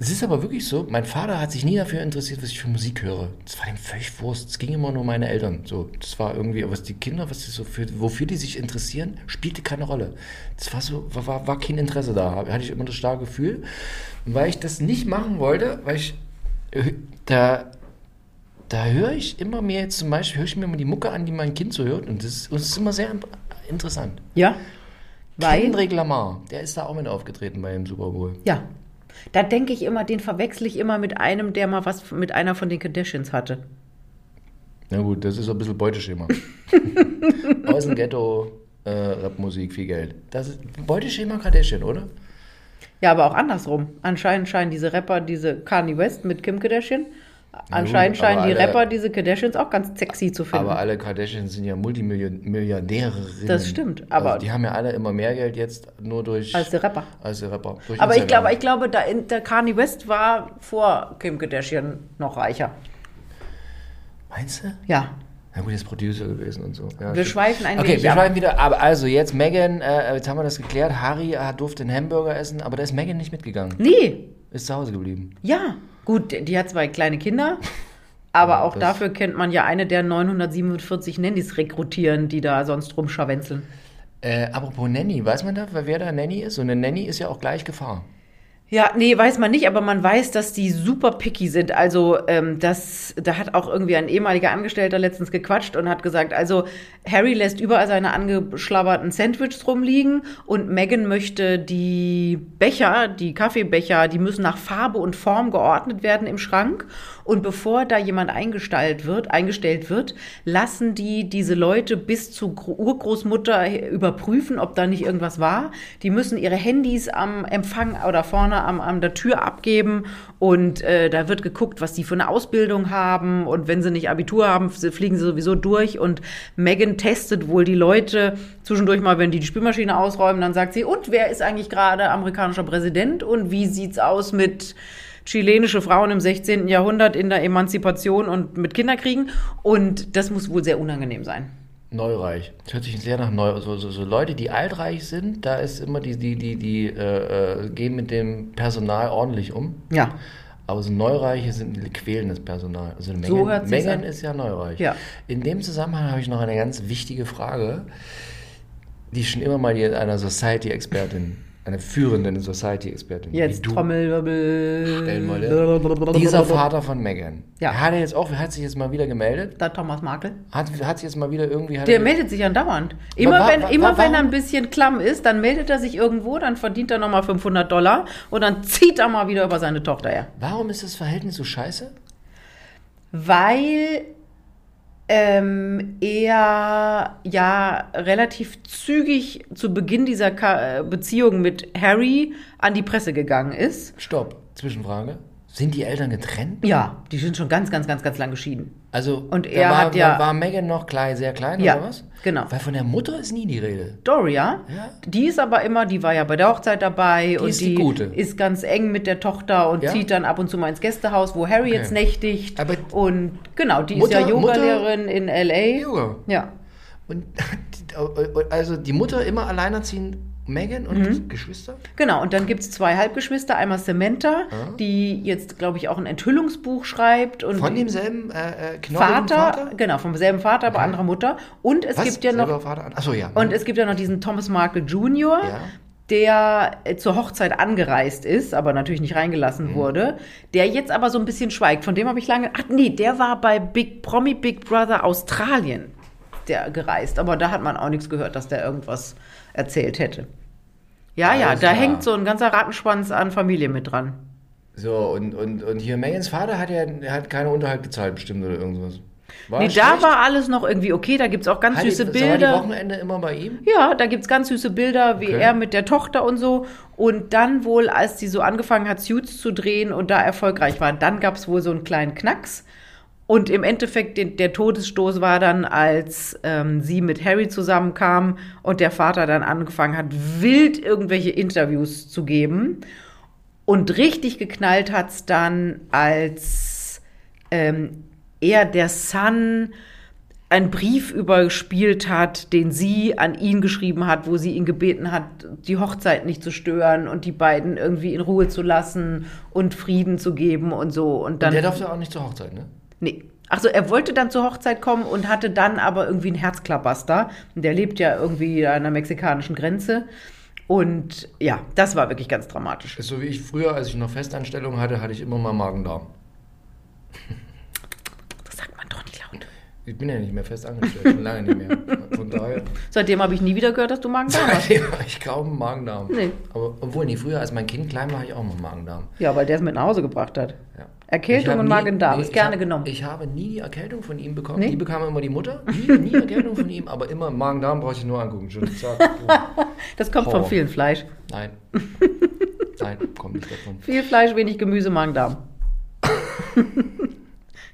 [SPEAKER 2] Es ist aber wirklich so, mein Vater hat sich nie dafür interessiert, was ich für Musik höre. Das war dem völlig Wurst. Es ging immer nur um meine Eltern. So, das war irgendwie, was die Kinder, was die so für, wofür die sich interessieren, spielte keine Rolle. Das war so, war- war, war kein Interesse da. Hatte ich immer das starke Gefühl. Und weil ich das nicht machen wollte, weil ich äh, da da höre ich immer mehr jetzt zum Beispiel, höre ich mir immer die Mucke an, die mein Kind so hört. Und das ist, und das ist immer sehr interessant.
[SPEAKER 1] Ja. Weil,
[SPEAKER 2] Kendrick Lamar, der ist da auch mit aufgetreten bei dem Super Bowl.
[SPEAKER 1] ja. Da denke ich immer, den verwechsel ich immer mit einem, der mal was mit einer von den Kardashians hatte.
[SPEAKER 2] Na gut, das ist so ein bisschen Beuteschema. Aus dem Ghetto, äh, Rapmusik, viel Geld. Das ist Beuteschema Kardashian, oder?
[SPEAKER 1] Ja, aber auch andersrum. Anscheinend scheinen diese Rapper, diese Kanye West mit Kim Kardashian, anscheinend
[SPEAKER 2] aber
[SPEAKER 1] scheinen die
[SPEAKER 2] alle-
[SPEAKER 1] Rapper diese Kardashians auch ganz sexy zu finden.
[SPEAKER 2] Aber alle Kardashians sind ja Multimilliardäre.
[SPEAKER 1] Das stimmt, aber-
[SPEAKER 2] Also die haben ja alle immer mehr Geld jetzt, nur durch.
[SPEAKER 1] Als der Rapper.
[SPEAKER 2] Als der Rapper. Durch
[SPEAKER 1] Aber ich
[SPEAKER 2] Instagram.
[SPEAKER 1] glaube, ich glaube, da in, der Kanye West war vor Kim Kardashian noch reicher.
[SPEAKER 2] Meinst du?
[SPEAKER 1] Ja.
[SPEAKER 2] Na gut, er ist Producer gewesen und so. Ja,
[SPEAKER 1] Wir
[SPEAKER 2] stimmt.
[SPEAKER 1] schweifen ein
[SPEAKER 2] Okay,
[SPEAKER 1] wenig
[SPEAKER 2] wir
[SPEAKER 1] ab.
[SPEAKER 2] schreiben wieder. Aber also jetzt Megan, äh, jetzt haben wir das geklärt. Harry äh, durfte einen Hamburger essen, aber da ist Megan nicht mitgegangen.
[SPEAKER 1] Nee,
[SPEAKER 2] Ist zu Hause geblieben.
[SPEAKER 1] ja. Gut, die hat zwei kleine Kinder, aber auch
[SPEAKER 2] das-
[SPEAKER 1] dafür kennt man ja eine der 947 Nannys rekrutieren, die da sonst rumscharwenzeln.
[SPEAKER 2] Äh, apropos Nanny, weiß man da, wer- wer da Nanny ist? Und eine Nanny ist ja auch gleich Gefahr.
[SPEAKER 1] Ja, nee, weiß man nicht, aber man weiß, dass die super picky sind. Also, ähm, das, da hat auch irgendwie ein ehemaliger Angestellter letztens gequatscht und hat gesagt, also Harry lässt überall seine angeschlabberten Sandwiches rumliegen und Megan möchte die Becher, die Kaffeebecher, die müssen nach Farbe und Form geordnet werden im Schrank. Und bevor da jemand eingestellt wird, eingestellt wird, lassen die diese Leute bis zur Gro- Urgroßmutter überprüfen, ob da nicht irgendwas war. Die müssen ihre Handys am Empfang oder vorne am, an der Tür abgeben und äh, da wird geguckt, was die für eine Ausbildung haben und wenn sie nicht Abitur haben, f- fliegen sie sowieso durch und Megan testet wohl die Leute zwischendurch mal, wenn die die Spülmaschine ausräumen, dann sagt sie, und wer ist eigentlich gerade amerikanischer Präsident und wie sieht's aus mit chilenische Frauen im 16. Jahrhundert in der Emanzipation und mit Kinderkriegen und das muss wohl sehr unangenehm sein.
[SPEAKER 2] Neureich. Das hört sich sehr nach neu. So, so, so Leute, die altreich sind, da ist immer die, die, die, die äh, äh, gehen mit dem Personal ordentlich um.
[SPEAKER 1] Ja.
[SPEAKER 2] Aber so Neureiche sind quälendes Personal. Also eine Menge,
[SPEAKER 1] So hört sich's
[SPEAKER 2] Mengen
[SPEAKER 1] an.
[SPEAKER 2] ist ja neureich.
[SPEAKER 1] Ja.
[SPEAKER 2] In dem Zusammenhang habe ich noch eine ganz wichtige Frage, die schon immer mal hier einer Society-Expertin, einer führenden Society-Expertin,
[SPEAKER 1] Jetzt
[SPEAKER 2] wie du
[SPEAKER 1] Trommelwirbel.
[SPEAKER 2] stellen wollte. Dieser Vater von Megan.
[SPEAKER 1] Ja.
[SPEAKER 2] Hat er jetzt auch, hat sich jetzt mal wieder gemeldet?
[SPEAKER 1] Da Thomas Makel.
[SPEAKER 2] Hat, hat sich jetzt mal wieder irgendwie. hat
[SPEAKER 1] Der
[SPEAKER 2] er-
[SPEAKER 1] meldet sich andauernd. Immer,
[SPEAKER 2] wa-
[SPEAKER 1] wenn,
[SPEAKER 2] wa-
[SPEAKER 1] immer wenn er
[SPEAKER 2] warum?
[SPEAKER 1] ein bisschen klamm ist, dann meldet er sich irgendwo, dann verdient er nochmal 500 Dollar und dann zieht er mal wieder über seine Tochter her.
[SPEAKER 2] Warum ist das Verhältnis so scheiße?
[SPEAKER 1] Weil ähm, er ja relativ zügig zu Beginn dieser Ka äh, Beziehung mit Harry an die Presse gegangen ist.
[SPEAKER 2] Stopp. Zwischenfrage. Sind die Eltern getrennt?
[SPEAKER 1] Ja, die sind schon ganz, ganz, ganz, ganz lang geschieden.
[SPEAKER 2] Also
[SPEAKER 1] Und
[SPEAKER 2] da
[SPEAKER 1] er
[SPEAKER 2] war,
[SPEAKER 1] hat ja-
[SPEAKER 2] war, war Megan noch klein, sehr klein
[SPEAKER 1] Ja,
[SPEAKER 2] oder was?
[SPEAKER 1] genau.
[SPEAKER 2] Weil von der Mutter ist nie die Rede.
[SPEAKER 1] Doria,
[SPEAKER 2] Ja.
[SPEAKER 1] die ist aber immer, die war ja bei der Hochzeit dabei und
[SPEAKER 2] ist
[SPEAKER 1] die,
[SPEAKER 2] die Gute.
[SPEAKER 1] ist ganz eng mit der Tochter und
[SPEAKER 2] Ja.
[SPEAKER 1] zieht dann ab und zu mal ins Gästehaus, wo Harry jetzt nächtigt.
[SPEAKER 2] Aber-
[SPEAKER 1] und genau, die
[SPEAKER 2] Mutter-
[SPEAKER 1] ist ja Yogalehrerin in LA.
[SPEAKER 2] Yoga.
[SPEAKER 1] Ja.
[SPEAKER 2] Und die- also die Mutter immer alleinerziehend, Megan und Geschwister?
[SPEAKER 1] Genau, und dann gibt es zwei Halbgeschwister, einmal Samantha, die jetzt, glaube ich, auch ein Enthüllungsbuch schreibt und
[SPEAKER 2] Von demselben äh, äh, knorrigen
[SPEAKER 1] Vater,
[SPEAKER 2] Vater?
[SPEAKER 1] genau, vom selben Vater, aber anderer Mutter. Und es gibt ja noch
[SPEAKER 2] Selber Vater? Achso, ja.
[SPEAKER 1] Und es gibt ja noch diesen Thomas Markle Jr.,
[SPEAKER 2] Ja.
[SPEAKER 1] der äh, zur Hochzeit angereist ist, aber natürlich nicht
[SPEAKER 2] Mhm.
[SPEAKER 1] reingelassen wurde, der jetzt aber so ein bisschen schweigt. Von dem habe ich lange. Ach nee, der war bei Big Promi Big Brother Australien der gereist, aber da hat man auch nichts gehört, dass der irgendwas erzählt hätte. Ja, ja,
[SPEAKER 2] Alles
[SPEAKER 1] da
[SPEAKER 2] klar.
[SPEAKER 1] hängt so ein ganzer Rattenschwanz an Familie mit dran.
[SPEAKER 2] so, und, und, und hier Megans Vater hat ja hat keinen Unterhalt gezahlt bestimmt oder irgendwas. War
[SPEAKER 1] Nee, da war alles noch irgendwie okay, da gibt es auch ganz
[SPEAKER 2] hat
[SPEAKER 1] süße
[SPEAKER 2] die,
[SPEAKER 1] Bilder.
[SPEAKER 2] War die Wochenende immer bei ihm?
[SPEAKER 1] Ja, da gibt's ganz süße Bilder, wie
[SPEAKER 2] Okay.
[SPEAKER 1] er mit der Tochter und so. Und dann wohl, als die so angefangen hat, Suits zu drehen und da erfolgreich war, dann gab's wohl so einen kleinen Knacks. Und im Endeffekt, den, der Todesstoß war dann, als ähm, sie mit Harry zusammenkam und der Vater dann angefangen hat, wild irgendwelche Interviews zu geben. Und richtig geknallt hat's dann, als ähm, er der Sun einen Brief überspielt hat, den sie an ihn geschrieben hat, wo sie ihn gebeten hat, die Hochzeit nicht zu stören und die beiden irgendwie in Ruhe zu lassen und Frieden zu geben und so. Und dann.
[SPEAKER 2] Der durfte auch nicht zur Hochzeit, ne?
[SPEAKER 1] nee. Achso, er wollte dann zur Hochzeit kommen und hatte dann aber irgendwie einen Herzklabaster. Und Der lebt ja irgendwie an der mexikanischen Grenze. Und ja, das war wirklich ganz dramatisch.
[SPEAKER 2] Ist so wie ich früher, als ich noch Festanstellung hatte, hatte ich immer mal Magen-Darm.
[SPEAKER 1] Das sag
[SPEAKER 2] Ich bin ja nicht mehr fest angestellt, schon lange nicht mehr. Von daher,
[SPEAKER 1] Seitdem habe ich nie wieder gehört, dass du Magen-Darm hast.
[SPEAKER 2] ich glaube Magen-Darm.
[SPEAKER 1] Nee.
[SPEAKER 2] Aber obwohl, nee, früher, als mein Kind klein war, hatte ich auch mal Magen-Darm.
[SPEAKER 1] Ja, weil der es mit nach Hause gebracht hat.
[SPEAKER 2] Ja. Ich
[SPEAKER 1] Erkältung
[SPEAKER 2] hab
[SPEAKER 1] und
[SPEAKER 2] nie-
[SPEAKER 1] Magen-Darm
[SPEAKER 2] nee,
[SPEAKER 1] ist
[SPEAKER 2] ich
[SPEAKER 1] gerne
[SPEAKER 2] hab,
[SPEAKER 1] genommen.
[SPEAKER 2] Ich habe nie die Erkältung von ihm bekommen.
[SPEAKER 1] Nee?
[SPEAKER 2] Die bekam immer die Mutter. Nie, nie Erkältung von ihm, aber immer Magen-Darm brauche ich nur angucken. Schon, zack, oh.
[SPEAKER 1] das kommt von
[SPEAKER 2] Horror.
[SPEAKER 1] viel Fleisch.
[SPEAKER 2] Nein. Nein, komm nicht davon.
[SPEAKER 1] Viel Fleisch, wenig Gemüse, Magen-Darm.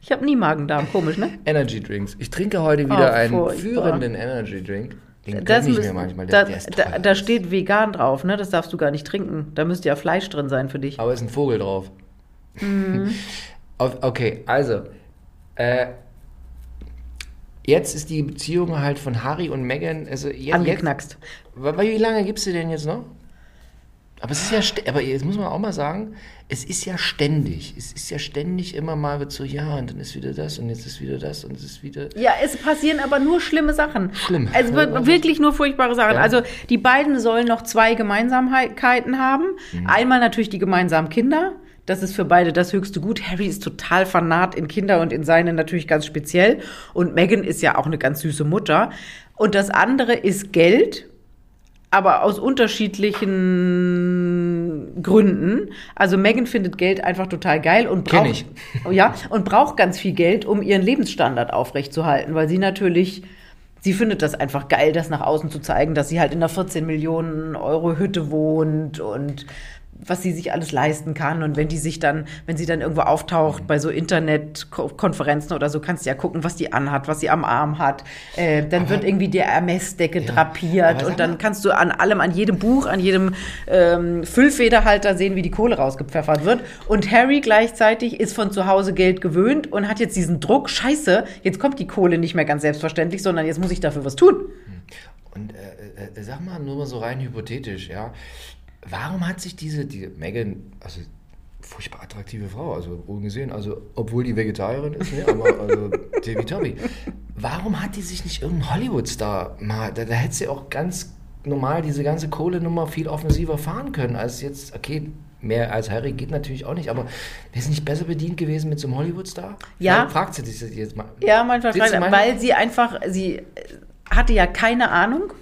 [SPEAKER 1] ich habe nie Magen-Darm, komisch, ne?
[SPEAKER 2] Energy Drinks. Ich trinke heute wieder
[SPEAKER 1] Oh,
[SPEAKER 2] einen
[SPEAKER 1] furchtbar.
[SPEAKER 2] führenden Energy Drink. Den
[SPEAKER 1] Das
[SPEAKER 2] gönn ich mir
[SPEAKER 1] müssen-
[SPEAKER 2] manchmal.
[SPEAKER 1] Da,
[SPEAKER 2] Der, der ist toll.
[SPEAKER 1] da, da steht vegan drauf, ne? Das darfst du gar nicht trinken. Da müsste ja Fleisch drin sein für dich.
[SPEAKER 2] Aber ist ein Vogel drauf. Auf, okay, also. Äh, jetzt ist die Beziehung halt von Harry und Meghan. Also je- jetzt,
[SPEAKER 1] Angeknackst.
[SPEAKER 2] Wa- wa- Wie lange gibst du denn jetzt noch? Aber es ist ja, st- aber jetzt muss man auch mal sagen, es ist ja ständig. Es ist ja ständig immer mal wird so, ja, und dann ist wieder das und jetzt ist wieder das und es ist wieder.
[SPEAKER 1] Ja, es passieren aber nur schlimme Sachen.
[SPEAKER 2] Schlimm.
[SPEAKER 1] Es wird wirklich nur furchtbare Sachen.
[SPEAKER 2] Ja.
[SPEAKER 1] Also die beiden sollen noch zwei Gemeinsamkeiten haben.
[SPEAKER 2] Mhm.
[SPEAKER 1] Einmal natürlich die gemeinsamen Kinder. Das ist für beide das höchste Gut. Harry ist total vernarrt in Kinder und in seine natürlich ganz speziell. Und Meghan ist ja auch eine ganz süße Mutter. Und das andere ist Geld, aber aus unterschiedlichen Gründen. Also Megan findet Geld einfach total geil und
[SPEAKER 2] Kenn
[SPEAKER 1] braucht,
[SPEAKER 2] ich.
[SPEAKER 1] Oh ja, und braucht ganz viel Geld, um ihren Lebensstandard aufrechtzuerhalten, weil sie natürlich, sie findet das einfach geil, das nach außen zu zeigen, dass sie halt in einer 14 Millionen Euro Hütte wohnt und was sie sich alles leisten kann und wenn die sich dann, wenn sie dann irgendwo auftaucht bei so Internetkonferenzen oder so, kannst du ja gucken, was die anhat, was sie am Arm hat. Äh, dann wird irgendwie der Hermes-Decke drapiert
[SPEAKER 2] aber sag
[SPEAKER 1] und dann
[SPEAKER 2] mal-
[SPEAKER 1] kannst du an allem, an jedem Buch, an jedem ähm, Füllfederhalter sehen, wie die Kohle rausgepfeffert wird. Und Harry gleichzeitig ist von zu Hause Geld gewöhnt und hat jetzt diesen Druck, scheiße, jetzt kommt die Kohle nicht mehr ganz selbstverständlich, sondern jetzt muss ich dafür was tun.
[SPEAKER 2] Und äh, äh, sag mal nur mal so rein hypothetisch, ja. Warum hat sich diese, diese Megan, also furchtbar attraktive Frau, also ungesehen, also obwohl die Vegetarierin ist, ne, aber also tippitoppi. Warum hat die sich nicht irgendein Hollywood-Star mal, da, da hätte sie auch ganz normal diese ganze Kohlenummer viel offensiver fahren können, als jetzt, okay, mehr als Harry geht natürlich auch nicht, aber wäre sie nicht besser bedient gewesen mit so einem Hollywood-Star?
[SPEAKER 1] Ja.
[SPEAKER 2] Vielleicht Fragt sie sich das jetzt mal.
[SPEAKER 1] Ja, manchmal
[SPEAKER 2] Siehst du
[SPEAKER 1] fragt er,
[SPEAKER 2] manchmal-
[SPEAKER 1] weil sie einfach, sie äh, hatte ja keine Ahnung,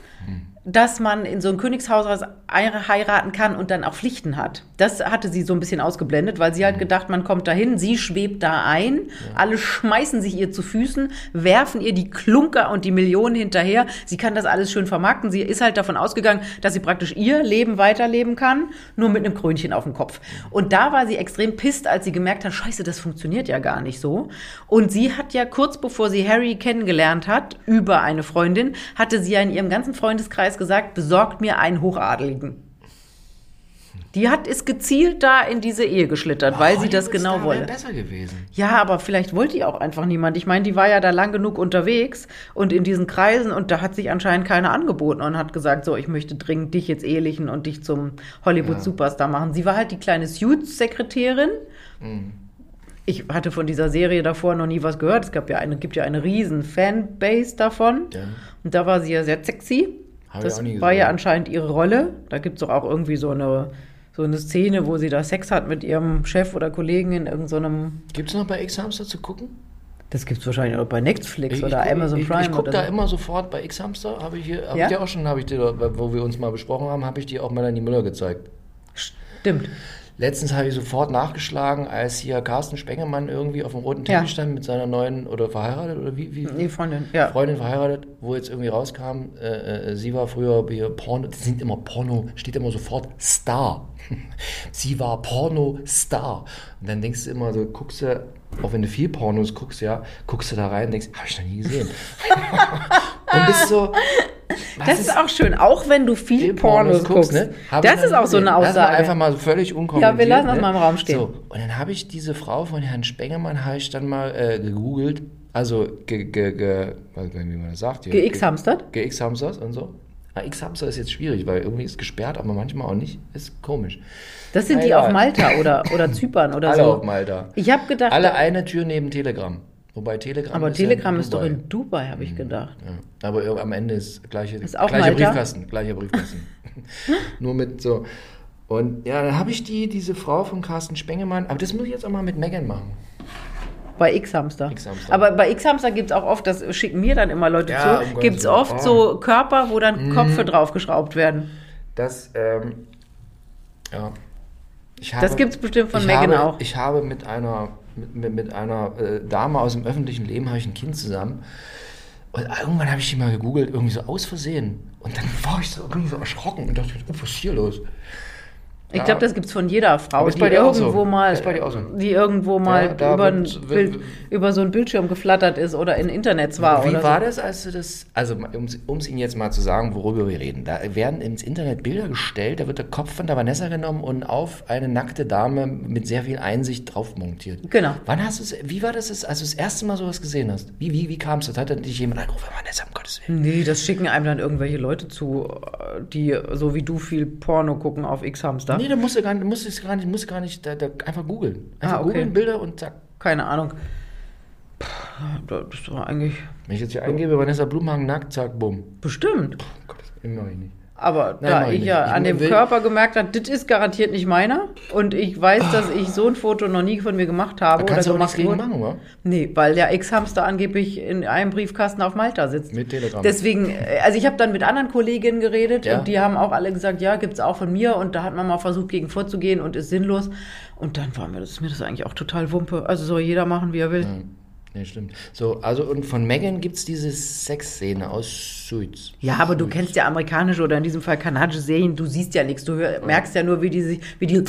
[SPEAKER 1] dass man in so ein Königshaus heiraten kann und dann auch Pflichten hat. Das hatte sie so ein bisschen ausgeblendet, weil sie halt gedacht, man kommt dahin, sie schwebt da ein, alle schmeißen sich ihr zu Füßen, werfen ihr die Klunker und die Millionen hinterher. Sie kann das alles schön vermarkten. Sie ist halt davon ausgegangen, dass sie praktisch ihr Leben weiterleben kann, nur mit einem Krönchen auf dem Kopf. Und da war sie extrem pisst, als sie gemerkt hat, scheiße, das funktioniert ja gar nicht so. Und sie hat ja kurz bevor sie Harry kennengelernt hat, über eine Freundin, hatte sie ja in ihrem ganzen Freundeskreis gesagt, besorgt mir einen Hochadeligen. Die hat ist gezielt da in diese Ehe geschlittert, weil sie das
[SPEAKER 2] Hollywood-Star
[SPEAKER 1] genau
[SPEAKER 2] wär
[SPEAKER 1] wollte.
[SPEAKER 2] besser gewesen.
[SPEAKER 1] Ja, aber vielleicht wollte die auch einfach niemand. Ich meine, die war ja da lang genug unterwegs und in diesen Kreisen und da hat sich anscheinend keiner angeboten und hat gesagt, so, ich möchte dringend dich jetzt ehelichen und dich zum Hollywood-Superstar machen. Sie war halt die kleine Suits-Sekretärin.
[SPEAKER 2] Mhm.
[SPEAKER 1] Ich hatte von dieser Serie davor noch nie was gehört. Es gab ja eine, gibt ja eine riesen Fanbase davon.
[SPEAKER 2] Ja.
[SPEAKER 1] Und da war sie ja sehr sexy.
[SPEAKER 2] Hab ich
[SPEAKER 1] das
[SPEAKER 2] auch nie
[SPEAKER 1] war ja
[SPEAKER 2] gesehen.
[SPEAKER 1] anscheinend ihre Rolle. Da gibt es doch auch irgendwie so eine, so eine Szene, wo sie da Sex hat mit ihrem Chef oder Kollegen in irgendeinem. So einem
[SPEAKER 2] Gibt es noch bei X-Hamster zu gucken?
[SPEAKER 1] das gibt's wahrscheinlich auch bei Netflix
[SPEAKER 2] Ich-
[SPEAKER 1] oder
[SPEAKER 2] ich guck-
[SPEAKER 1] Amazon
[SPEAKER 2] ich,
[SPEAKER 1] Prime.
[SPEAKER 2] Ich gucke
[SPEAKER 1] oder
[SPEAKER 2] da
[SPEAKER 1] so.
[SPEAKER 2] immer sofort bei X-Hamster, habe ich hier, hab
[SPEAKER 1] Ja?
[SPEAKER 2] ich dir auch schon, habe ich dir, da- wo wir uns mal besprochen haben, habe ich dir auch Melanie Müller gezeigt.
[SPEAKER 1] Stimmt.
[SPEAKER 2] Letztens habe ich sofort nachgeschlagen, als hier Carsten Spengemann irgendwie auf dem roten
[SPEAKER 1] Ja.
[SPEAKER 2] Teppich stand mit seiner neuen, oder verheiratet, oder wie? wie
[SPEAKER 1] Nee, Freundin. Ja.
[SPEAKER 2] Hm. Freundin verheiratet, wo jetzt irgendwie rauskam, äh, äh, sie war früher hier Porno, das sind immer Porno, steht immer sofort Star. sie war Porno-Star. Und dann denkst du immer so, guckst du, auch wenn du viel Pornos guckst, ja, guckst du da rein und denkst, habe ich noch nie gesehen. und bist so, was
[SPEAKER 1] das ist auch schön, auch wenn du viel Pornos guckst.
[SPEAKER 2] ne?
[SPEAKER 1] ne?
[SPEAKER 2] Hab ich
[SPEAKER 1] das
[SPEAKER 2] noch
[SPEAKER 1] ist
[SPEAKER 2] nie
[SPEAKER 1] auch so eine
[SPEAKER 2] gesehen. Lass mal
[SPEAKER 1] Aussage.
[SPEAKER 2] einfach mal so völlig unkommentiert.
[SPEAKER 1] Ja,
[SPEAKER 2] ne?
[SPEAKER 1] wir lassen das mal im Raum stehen.
[SPEAKER 2] So, und dann habe ich diese Frau von Herrn Spengemann, habe ich dann mal äh, gegoogelt. Also, ge, ge, ge, weiß gar nicht, wie man das sagt. hier.
[SPEAKER 1] Ge-X-hamstert?
[SPEAKER 2] Ge- Ge-X-Hamsters und so. Ah, X-Hamster ist jetzt schwierig, weil irgendwie ist gesperrt, aber manchmal auch nicht. Ist komisch.
[SPEAKER 1] Das sind
[SPEAKER 2] Na
[SPEAKER 1] die
[SPEAKER 2] ja.
[SPEAKER 1] auf Malta oder, oder Zypern oder
[SPEAKER 2] Alle
[SPEAKER 1] so.
[SPEAKER 2] auf Malta.
[SPEAKER 1] Also, Ich habe gedacht,
[SPEAKER 2] Alle eine Tür neben Telegram. Wobei Telegram
[SPEAKER 1] aber
[SPEAKER 2] ist ja in
[SPEAKER 1] Telegram ist doch
[SPEAKER 2] Dubai. Mhm.
[SPEAKER 1] in Dubai, habe ich gedacht.
[SPEAKER 2] Ja. Aber ir- am Ende ist gleiche,
[SPEAKER 1] Ist auch
[SPEAKER 2] gleicher
[SPEAKER 1] Malta?
[SPEAKER 2] Briefkasten, gleicher Briefkasten. Nur mit so. Und ja, dann habe ich die, diese Frau von Carsten Spengemann, aber das muss ich jetzt auch mal mit Megan machen.
[SPEAKER 1] Bei X-Hamster.
[SPEAKER 2] X-Hamster.
[SPEAKER 1] Aber bei X-Hamster gibt es auch oft, das schicken mir dann immer Leute
[SPEAKER 2] Ja, um
[SPEAKER 1] zu,
[SPEAKER 2] Gottes
[SPEAKER 1] gibt es
[SPEAKER 2] Willen. Ah. Mhm.
[SPEAKER 1] oft so Körper, wo dann Köpfe draufgeschraubt werden.
[SPEAKER 2] Das, ähm, ja. Ich habe,
[SPEAKER 1] Das gibt's bestimmt von
[SPEAKER 2] ich
[SPEAKER 1] Megan
[SPEAKER 2] habe,
[SPEAKER 1] auch.
[SPEAKER 2] Ich habe mit einer, mit, mit, mit einer äh, Dame aus dem öffentlichen Leben habe ich ein Kind zusammen. Und irgendwann habe ich die mal gegoogelt, irgendwie so aus Versehen. Und dann war ich so irgendwie so erschrocken und dachte, oh, was ist hier los?
[SPEAKER 1] Ich
[SPEAKER 2] Ja.
[SPEAKER 1] glaube, das gibt es von jeder Frau,
[SPEAKER 2] Aber ist
[SPEAKER 1] die
[SPEAKER 2] bei dir auch
[SPEAKER 1] irgendwo,
[SPEAKER 2] so.
[SPEAKER 1] mal,
[SPEAKER 2] Ist bei dir auch so.
[SPEAKER 1] die irgendwo mal
[SPEAKER 2] da
[SPEAKER 1] über,
[SPEAKER 2] wird-
[SPEAKER 1] ein
[SPEAKER 2] wird-
[SPEAKER 1] Bild, über so einen Bildschirm geflattert ist oder in Internets war.
[SPEAKER 2] Wie
[SPEAKER 1] Ah, oder
[SPEAKER 2] war
[SPEAKER 1] so.
[SPEAKER 2] das, als du das, also um es Ihnen jetzt mal zu sagen, worüber wir reden. Da werden ins Internet Bilder gestellt, da wird der Kopf von der Vanessa genommen und auf eine nackte Dame mit sehr viel Einsicht drauf montiert.
[SPEAKER 1] Genau.
[SPEAKER 2] Wann hast du es, wie war das, als du das erste Mal sowas gesehen hast? Wie, wie, wie kamst du? Hat dann dich jemand angerufen, Vanessa, um Gottes Willen?
[SPEAKER 1] Nee, das schicken einem dann irgendwelche Leute zu, die so wie du viel Porno gucken auf X-Hamster.
[SPEAKER 2] Nee, da musst du gar nicht, musst du gar nicht, musst du gar nicht, da, da, einfach googeln. Einfach
[SPEAKER 1] Ah, okay.
[SPEAKER 2] googeln, Bilder und zack.
[SPEAKER 1] Keine Ahnung. Puh, Das war eigentlich
[SPEAKER 2] Wenn ich jetzt hier eingebe, Vanessa Blumhagen nackt, zack, bumm.
[SPEAKER 1] bestimmt.
[SPEAKER 2] Oh Gott, das mach ich nicht.
[SPEAKER 1] Aber
[SPEAKER 2] Nein,
[SPEAKER 1] da
[SPEAKER 2] mach ich
[SPEAKER 1] ich ja
[SPEAKER 2] nicht. Ich
[SPEAKER 1] an dem
[SPEAKER 2] will-
[SPEAKER 1] Körper gemerkt habe, das ist garantiert nicht meiner und ich weiß, dass ich so ein Foto noch nie von mir gemacht habe
[SPEAKER 2] Da kannst du
[SPEAKER 1] oder
[SPEAKER 2] auch nichts
[SPEAKER 1] gemacht
[SPEAKER 2] gegen
[SPEAKER 1] wurde.
[SPEAKER 2] machen, oder?
[SPEAKER 1] Nee, weil der Ex-Hamster angeblich in einem Briefkasten auf Malta sitzt.
[SPEAKER 2] Mit Telegram.
[SPEAKER 1] Deswegen, äh, also ich habe dann mit anderen Kolleginnen geredet
[SPEAKER 2] Ja.
[SPEAKER 1] und die haben auch alle gesagt, ja, gibt's auch von mir und da hat man mal versucht, gegen vorzugehen und ist sinnlos. Und dann war mir das, mir das eigentlich auch total Wumpe. Also soll jeder machen, wie er will.
[SPEAKER 2] Ja, stimmt. So, also und von Megan gibt es diese Sexszene aus Suits.
[SPEAKER 1] Ja, aber du kennst ja amerikanische oder in diesem Fall kanadische Serien, du siehst ja nichts, du hör, merkst ja nur, wie die sich, wie die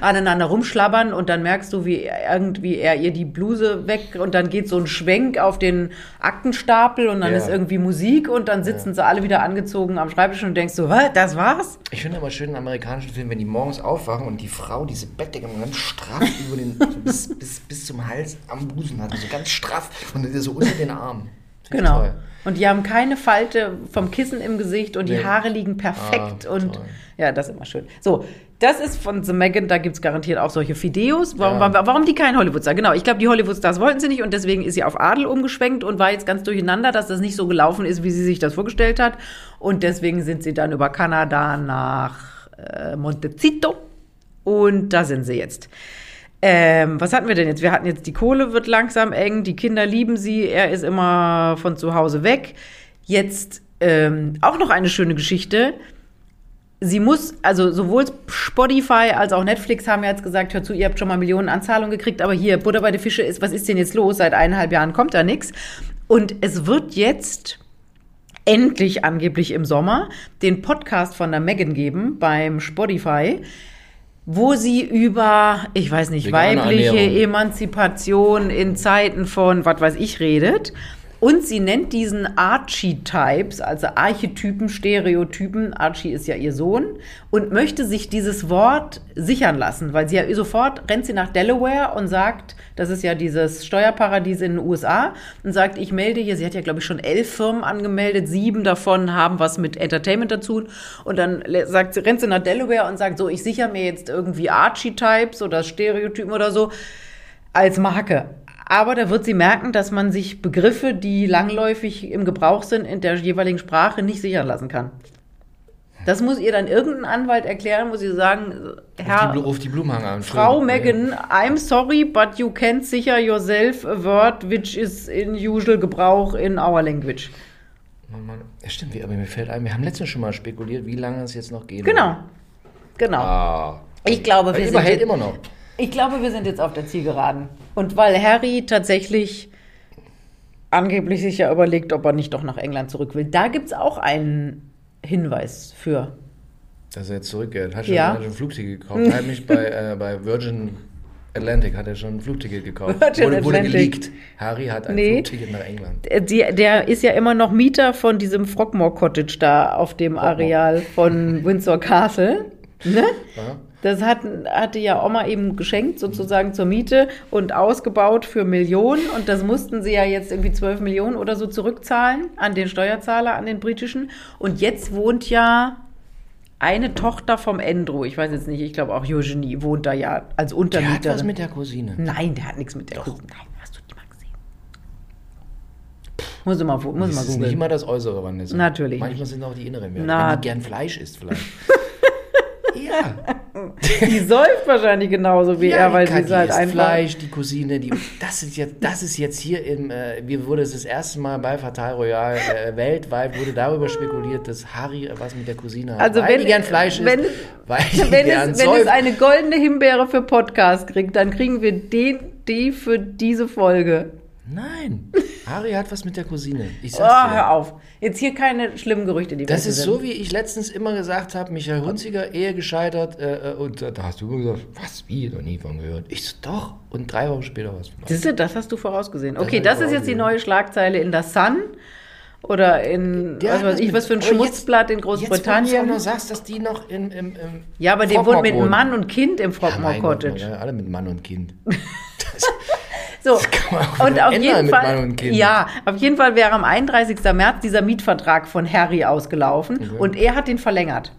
[SPEAKER 1] aneinander rumschlabbern und dann merkst du, wie er- irgendwie er ihr die Bluse weg und dann geht so ein Schwenk auf den Aktenstapel und dann
[SPEAKER 2] Ja.
[SPEAKER 1] ist irgendwie Musik und dann sitzen sie alle wieder angezogen am Schreibtisch und denkst so, was, das war's?
[SPEAKER 2] Ich finde immer schön in amerikanischen Filmen, wenn die morgens aufwachen und die Frau diese Bettdecke immer ganz straff über den, so bis, bis, bis zum Hals am Busen hat, so ganz straff und dann so unter den Arm. Finde ich
[SPEAKER 1] Genau.
[SPEAKER 2] toll.
[SPEAKER 1] Und die haben keine Falte vom Kissen im Gesicht und die
[SPEAKER 2] Nee.
[SPEAKER 1] Haare liegen perfekt
[SPEAKER 2] Ah,
[SPEAKER 1] und
[SPEAKER 2] toll.
[SPEAKER 1] ja, das ist immer schön. So, das ist von The Megan, da gibt es garantiert auch solche Fideos. Warum, warum, warum die kein Hollywood-Star? Genau, ich glaube, die Hollywood-Stars wollten sie nicht und deswegen ist sie auf Adel umgeschwenkt und war jetzt ganz durcheinander, dass das nicht so gelaufen ist, wie sie sich das vorgestellt hat. Und deswegen sind sie dann über Kanada nach äh, Montecito und da sind sie jetzt. Ähm, was hatten wir denn jetzt? Wir hatten jetzt, die Kohle wird langsam eng, die Kinder lieben sie, er ist immer von zu Hause weg. Jetzt ähm, auch noch eine schöne Geschichte. Sie muss, also sowohl Spotify als auch Netflix haben ja jetzt gesagt, hör zu, ihr habt schon mal Millionen Anzahlungen gekriegt, aber hier, Butter bei der Fische ist, was ist denn jetzt los? Seit eineinhalb Jahren kommt da nichts. Und es wird jetzt endlich angeblich im Sommer den Podcast von der Megan geben beim Spotify, wo sie über, ich weiß nicht,
[SPEAKER 2] Vegane
[SPEAKER 1] weibliche
[SPEAKER 2] Ernährung.
[SPEAKER 1] Emanzipation in Zeiten von was weiß ich redet. Und sie nennt diesen Archie-Types, also Archetypen, Stereotypen. Archie ist ja ihr Sohn und möchte sich dieses Wort sichern lassen, weil sie ja sofort rennt sie nach Delaware und sagt, das ist ja dieses Steuerparadies in den USA, und sagt, ich melde hier, sie hat ja, glaube ich, schon elf Firmen angemeldet, sieben davon haben was mit Entertainment dazu. Und dann le- sagt sie, rennt sie nach Delaware und sagt so, ich sichere mir jetzt irgendwie Archie-Types oder Stereotypen oder so als Marke. Aber da wird sie merken, dass man sich Begriffe, die langläufig im Gebrauch sind, in der jeweiligen Sprache nicht sichern lassen kann. Das muss ihr dann irgendein Anwalt erklären, muss ihr sagen,
[SPEAKER 2] Ruf die,
[SPEAKER 1] Herr,
[SPEAKER 2] Blu- ruf die Blumhagen an.
[SPEAKER 1] Frau
[SPEAKER 2] Entschuldigung.
[SPEAKER 1] Megan, I'm sorry, but you can't sicher yourself a word which is in usual Gebrauch in our language.
[SPEAKER 2] Mann, Mann. Ja, stimmt, wir- aber mir fällt ein, wir haben letztens schon mal spekuliert, wie lange es jetzt noch geht.
[SPEAKER 1] Genau, genau.
[SPEAKER 2] Ah.
[SPEAKER 1] Ich glaube, wir
[SPEAKER 2] wir
[SPEAKER 1] sind
[SPEAKER 2] überhält
[SPEAKER 1] jetzt-
[SPEAKER 2] immer noch.
[SPEAKER 1] Ich glaube, wir sind jetzt auf der Zielgeraden. Und weil Harry tatsächlich angeblich sich ja überlegt, ob er nicht doch nach England zurück will, da gibt es auch einen Hinweis für.
[SPEAKER 2] Dass er jetzt zurückgeht. Hat schon,
[SPEAKER 1] Ja.
[SPEAKER 2] hat schon ein Flugticket gekauft. Hat mich bei, äh, bei Virgin Atlantic hat er schon ein Flugticket gekauft.
[SPEAKER 1] Virgin
[SPEAKER 2] wurde, wurde
[SPEAKER 1] Atlantic.
[SPEAKER 2] geleakt. Harry hat ein
[SPEAKER 1] Nee.
[SPEAKER 2] Flugticket nach England.
[SPEAKER 1] Die, der ist ja immer noch Mieter von diesem Frogmore Cottage da auf dem Areal von Windsor Castle. Ne?
[SPEAKER 2] Ja?
[SPEAKER 1] Das hat, hatte ja Oma eben geschenkt, sozusagen zur Miete und ausgebaut für Millionen. Und das mussten sie ja jetzt irgendwie 12 Millionen oder so zurückzahlen an den Steuerzahler, an den britischen. Und jetzt wohnt ja eine Tochter vom Andrew, ich weiß jetzt nicht, ich glaube auch Eugenie wohnt da ja als
[SPEAKER 2] Der hat
[SPEAKER 1] Untermieterin.
[SPEAKER 2] was mit der Cousine.
[SPEAKER 1] Nein, der hat nichts mit der Kuh. Nein, hast du die mal gesehen? Muss ich mal, muss ich
[SPEAKER 2] Das
[SPEAKER 1] mal
[SPEAKER 2] ist nicht
[SPEAKER 1] googeln.
[SPEAKER 2] immer das äußere Vanessa.
[SPEAKER 1] Natürlich
[SPEAKER 2] Manchmal sind auch die inneren Werte.
[SPEAKER 1] Na.
[SPEAKER 2] Wenn die gern Fleisch isst vielleicht. ja.
[SPEAKER 1] lassen. Die säuft wahrscheinlich genauso wie er, weil sie
[SPEAKER 2] Kathi
[SPEAKER 1] es halt
[SPEAKER 2] isst
[SPEAKER 1] einfach.
[SPEAKER 2] Fleisch, die Cousine, die. Das ist jetzt, das ist jetzt hier im. Äh, wir wurde es das erste Mal bei Fatal Royal äh, weltweit wurde darüber spekuliert, dass Harry was mit der Cousine hat.
[SPEAKER 1] Also
[SPEAKER 2] weil
[SPEAKER 1] wenn-
[SPEAKER 2] die gern Fleisch
[SPEAKER 1] wenn-
[SPEAKER 2] isst, weil die
[SPEAKER 1] Wenn
[SPEAKER 2] gern
[SPEAKER 1] es, wenn
[SPEAKER 2] säuft.
[SPEAKER 1] es eine goldene Himbeere für Podcast kriegt, dann kriegen wir den, die für diese Folge.
[SPEAKER 2] Nein, Harry hat was mit der Cousine. Ich
[SPEAKER 1] Oh,
[SPEAKER 2] sag's dir.
[SPEAKER 1] hör auf. Jetzt hier keine schlimmen Gerüchte, die wir
[SPEAKER 2] Das ist
[SPEAKER 1] sind.
[SPEAKER 2] so, wie ich letztens immer gesagt habe, Michael Hunziker, Ehe gescheitert. Äh, äh, und da da hast du immer gesagt, was, wie, noch nie von gehört. Ich so, doch. Und drei Wochen später war es vorbei.
[SPEAKER 1] Siehst du, das hast du vorausgesehen. Okay,
[SPEAKER 2] hab ich
[SPEAKER 1] das, ist jetzt die
[SPEAKER 2] vorausgesehen.
[SPEAKER 1] neue Schlagzeile in der Sun oder in
[SPEAKER 2] Der
[SPEAKER 1] was
[SPEAKER 2] hat
[SPEAKER 1] weiß ich,
[SPEAKER 2] mit-
[SPEAKER 1] was für ein
[SPEAKER 2] aber jetzt-
[SPEAKER 1] Schmutzblatt in
[SPEAKER 2] Jetzt, wo du auch
[SPEAKER 1] Großbritannien.
[SPEAKER 2] noch sagst, dass die noch im... im, im
[SPEAKER 1] Ja, aber die
[SPEAKER 2] Frogmore
[SPEAKER 1] wohnt mit
[SPEAKER 2] wohnen.
[SPEAKER 1] Mann und Kind im
[SPEAKER 2] Ja,
[SPEAKER 1] Frogmore
[SPEAKER 2] mein Gott,
[SPEAKER 1] Cottage.
[SPEAKER 2] Mann, alle mit Mann und Kind.
[SPEAKER 1] So.
[SPEAKER 2] Kann man auch
[SPEAKER 1] Und auf
[SPEAKER 2] ändern
[SPEAKER 1] jeden
[SPEAKER 2] mit
[SPEAKER 1] Fall,
[SPEAKER 2] Mann und Kind.
[SPEAKER 1] ja, auf jeden Fall wäre am 31. März dieser Mietvertrag von Harry ausgelaufen
[SPEAKER 2] Mhm.
[SPEAKER 1] und er hat den verlängert.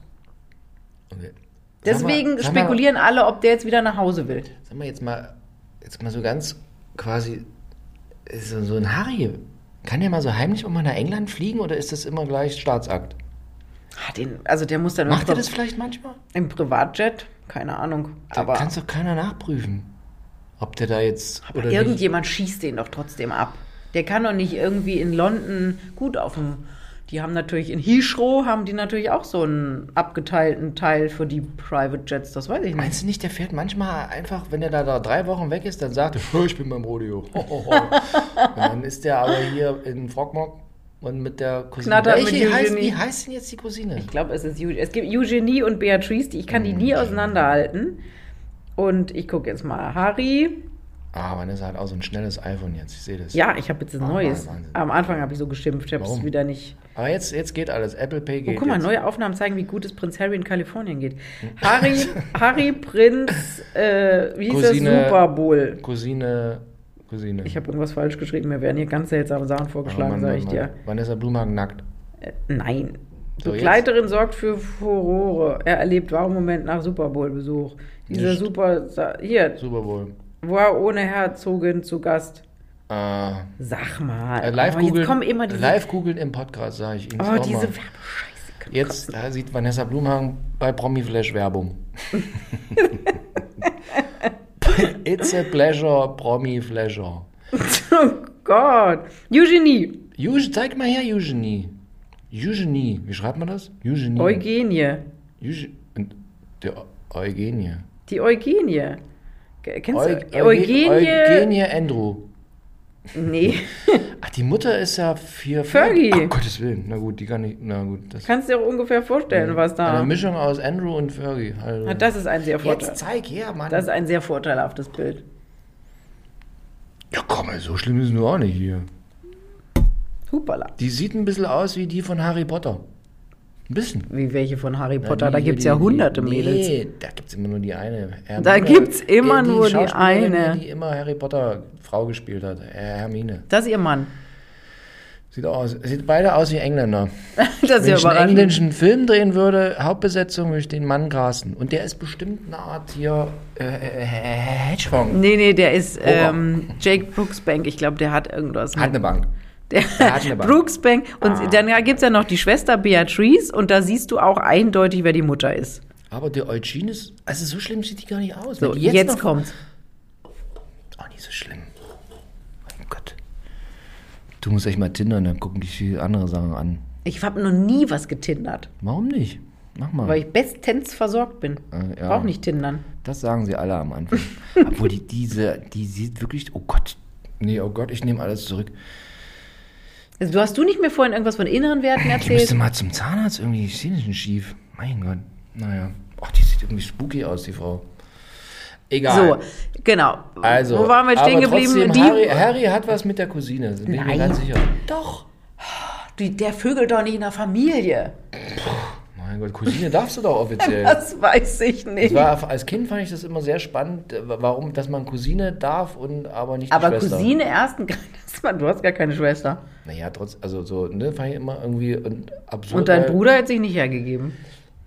[SPEAKER 2] Okay. Sag mal-
[SPEAKER 1] Deswegen
[SPEAKER 2] sag mal-
[SPEAKER 1] spekulieren alle, ob der jetzt wieder nach Hause will.
[SPEAKER 2] Sag mal jetzt mal, jetzt mal so ganz quasi so, so ein Harry. Kann der mal so heimlich mal nach England fliegen oder ist das immer gleich Staatsakt?
[SPEAKER 1] Hat ihn, also der muss dann
[SPEAKER 2] Macht er
[SPEAKER 1] im,
[SPEAKER 2] das vielleicht manchmal?
[SPEAKER 1] im Privatjet, keine Ahnung.
[SPEAKER 2] Da
[SPEAKER 1] Aber
[SPEAKER 2] kann es doch keiner nachprüfen, ob der da jetzt oder nicht.
[SPEAKER 1] irgendjemand schießt den doch trotzdem ab. Der kann doch nicht irgendwie in London gut auf dem. Die haben natürlich in Heathrow haben die natürlich auch so einen abgeteilten Teil für die Private Jets. Das weiß ich nicht.
[SPEAKER 2] Meinst du nicht, der fährt manchmal einfach, wenn er da, da drei Wochen weg ist, dann sagt er, "Oh, ich bin beim Rodeo. Ho, ho, ho. und dann ist der aber hier in Frogmore und mit der Cousine.
[SPEAKER 1] Knattert mit
[SPEAKER 2] Welche heißt,
[SPEAKER 1] Eugenie.
[SPEAKER 2] wie heißt denn jetzt die Cousine?
[SPEAKER 1] Ich glaube, es ist Eugenie. Es gibt Eugenie und Beatrice, die ich kann die nie auseinanderhalten. Und ich gucke jetzt mal Harry.
[SPEAKER 2] Ah, man ist halt auch so ein schnelles iPhone jetzt, ich sehe das.
[SPEAKER 1] Ja, ich habe jetzt ein
[SPEAKER 2] Ah,
[SPEAKER 1] neues.
[SPEAKER 2] Wahnsinn.
[SPEAKER 1] Am Anfang habe ich so geschimpft, ich habe es
[SPEAKER 2] Warum?
[SPEAKER 1] wieder nicht.
[SPEAKER 2] Aber jetzt, jetzt geht alles. Apple Pay
[SPEAKER 1] Oh,
[SPEAKER 2] geht.
[SPEAKER 1] guck mal,
[SPEAKER 2] jetzt. Hm.
[SPEAKER 1] neue Aufnahmen zeigen, wie gut es Prinz Harry in Kalifornien geht. Harry, Harry Prinz, äh, wie hieß
[SPEAKER 2] Cousine-
[SPEAKER 1] das? Super Bowl.
[SPEAKER 2] Cousine, Cousine.
[SPEAKER 1] Ich habe irgendwas falsch geschrieben, mir werden hier ganz seltsame Sachen vorgeschlagen,
[SPEAKER 2] Oh Mann,
[SPEAKER 1] sage
[SPEAKER 2] Mann,
[SPEAKER 1] ich
[SPEAKER 2] Mann.
[SPEAKER 1] dir. Äh,
[SPEAKER 2] Vanessa Blumhagen nackt.
[SPEAKER 1] Nein.
[SPEAKER 2] So, jetzt.
[SPEAKER 1] Begleiterin sorgt für Furore. Er erlebt warmen Moment nach Super Bowl-Besuch. Dieser
[SPEAKER 2] Nicht.
[SPEAKER 1] Super. Sa- Hier,
[SPEAKER 2] Super Bowl.
[SPEAKER 1] war ohne Herzogin zu Gast.
[SPEAKER 2] Äh,
[SPEAKER 1] Sag mal.
[SPEAKER 2] äh, live
[SPEAKER 1] oh, jetzt
[SPEAKER 2] googeln-
[SPEAKER 1] kommen immer diese.
[SPEAKER 2] Live googeln im Podcast, sage ich Ihnen.
[SPEAKER 1] oh,
[SPEAKER 2] auch
[SPEAKER 1] diese
[SPEAKER 2] mal.
[SPEAKER 1] Werbescheiße. kann man
[SPEAKER 2] Jetzt äh, sieht Vanessa Blumhagen bei Promiflash Werbung. It's a pleasure, Promifleasure.
[SPEAKER 1] kotzen. Oh Gott. Eugenie.
[SPEAKER 2] Euge- Zeig mal her, Eugenie. Eugenie. Wie schreibt man das? Eugenie.
[SPEAKER 1] Eugenie.
[SPEAKER 2] Euge- und der Eugenie.
[SPEAKER 1] Die Eugenie. Ge- Kennst
[SPEAKER 2] Eug-
[SPEAKER 1] du Eugenie?
[SPEAKER 2] Eugenie Andrew.
[SPEAKER 1] Nee.
[SPEAKER 2] Ach, die Mutter ist ja für
[SPEAKER 1] Fergie.
[SPEAKER 2] Ach, Gottes Willen. Na gut, die kann ich. Na gut, das
[SPEAKER 1] Kannst dir auch ungefähr vorstellen, was da.
[SPEAKER 2] eine Mischung aus Andrew und Fergie. Also.
[SPEAKER 1] Ah, Das ist ein sehr Vorteil.
[SPEAKER 2] Jetzt zeig her, Mann.
[SPEAKER 1] Das ist ein sehr vorteilhaftes Bild.
[SPEAKER 2] ja, komm, ey, so schlimm ist es nur auch nicht hier.
[SPEAKER 1] Hupala.
[SPEAKER 2] Die sieht ein bisschen aus wie die von Harry Potter. Ein bisschen.
[SPEAKER 1] Wie welche von Harry Potter.
[SPEAKER 2] Na,
[SPEAKER 1] da
[SPEAKER 2] die hier,
[SPEAKER 1] gibt es ja
[SPEAKER 2] die-
[SPEAKER 1] hunderte
[SPEAKER 2] nee,
[SPEAKER 1] Mädels.
[SPEAKER 2] da gibt es immer nur die eine. Hermine.
[SPEAKER 1] Da gibt's immer
[SPEAKER 2] Äh,
[SPEAKER 1] nur die
[SPEAKER 2] Schauspielerin,
[SPEAKER 1] eine.
[SPEAKER 2] Die immer Harry Potter Frau gespielt hat. Äh, Hermine.
[SPEAKER 1] Das ist ihr Mann.
[SPEAKER 2] Sieht, auch aus, sieht beide aus wie Engländer.
[SPEAKER 1] Das ist
[SPEAKER 2] Wenn
[SPEAKER 1] ja
[SPEAKER 2] ich einen
[SPEAKER 1] überraschend.
[SPEAKER 2] englischen Film drehen würde, Hauptbesetzung, würde ich den Mann grasen. Und der ist bestimmt eine Art hier äh, äh, Hedgefonds.
[SPEAKER 1] Nee, nee, der ist ähm, Jake Brooks Bank. Ich glaube, der hat irgendwas.
[SPEAKER 2] Hat eine Bank.
[SPEAKER 1] Der,
[SPEAKER 2] hat eine Bank. Ah.
[SPEAKER 1] Brooks Bank. Und dann gibt es ja noch die Schwester Beatrice. Und da siehst du auch eindeutig, wer die Mutter ist.
[SPEAKER 2] Aber der Eugene ist, also so schlimm sieht die gar nicht aus.
[SPEAKER 1] So,
[SPEAKER 2] Wenn die
[SPEAKER 1] jetzt,
[SPEAKER 2] noch-
[SPEAKER 1] kommt's.
[SPEAKER 2] Auch nicht so schlimm. Mein Gott. Du musst echt mal tindern, dann gucken dich viele andere Sachen an.
[SPEAKER 1] Ich habe noch nie was getindert.
[SPEAKER 2] Warum nicht? Mach mal.
[SPEAKER 1] Weil ich bestens versorgt bin.
[SPEAKER 2] Äh, ja.
[SPEAKER 1] Brauch nicht Tindern.
[SPEAKER 2] Das sagen sie alle am Anfang. Obwohl die, diese, die sieht wirklich, oh Gott. Nee, oh Gott, ich nehme alles zurück.
[SPEAKER 1] Also, du hast du nicht mir vorhin irgendwas von inneren Werten
[SPEAKER 2] Ich müsste
[SPEAKER 1] erzählt?
[SPEAKER 2] mal zum Zahnarzt irgendwie, ich sehe nicht schief. Mein Gott, naja. Ach, die sieht irgendwie spooky aus, die Frau.
[SPEAKER 1] So,
[SPEAKER 2] Egal.
[SPEAKER 1] genau.
[SPEAKER 2] also,
[SPEAKER 1] Wo waren wir stehen
[SPEAKER 2] aber
[SPEAKER 1] geblieben?
[SPEAKER 2] Trotzdem,
[SPEAKER 1] Die,
[SPEAKER 2] Harry, Harry hat was mit der Cousine, bin ich mir
[SPEAKER 1] Nein.
[SPEAKER 2] ganz sicher.
[SPEAKER 1] Doch. Die, der vögelt doch nicht in der Familie.
[SPEAKER 2] Mein Gott, Cousine darfst du doch offiziell.
[SPEAKER 1] Das weiß ich
[SPEAKER 2] Das
[SPEAKER 1] nicht.
[SPEAKER 2] war, als Kind fand ich das immer sehr spannend, äh, warum, dass man Cousine darf und aber nicht die
[SPEAKER 1] Aber
[SPEAKER 2] Schwester.
[SPEAKER 1] Cousine ersten Grades, Mann, du hast gar keine Schwester.
[SPEAKER 2] Naja, trotz, also so, ne, fand ich immer irgendwie und absurd.
[SPEAKER 1] Und dein
[SPEAKER 2] weil-
[SPEAKER 1] Bruder hätte sich nicht hergegeben.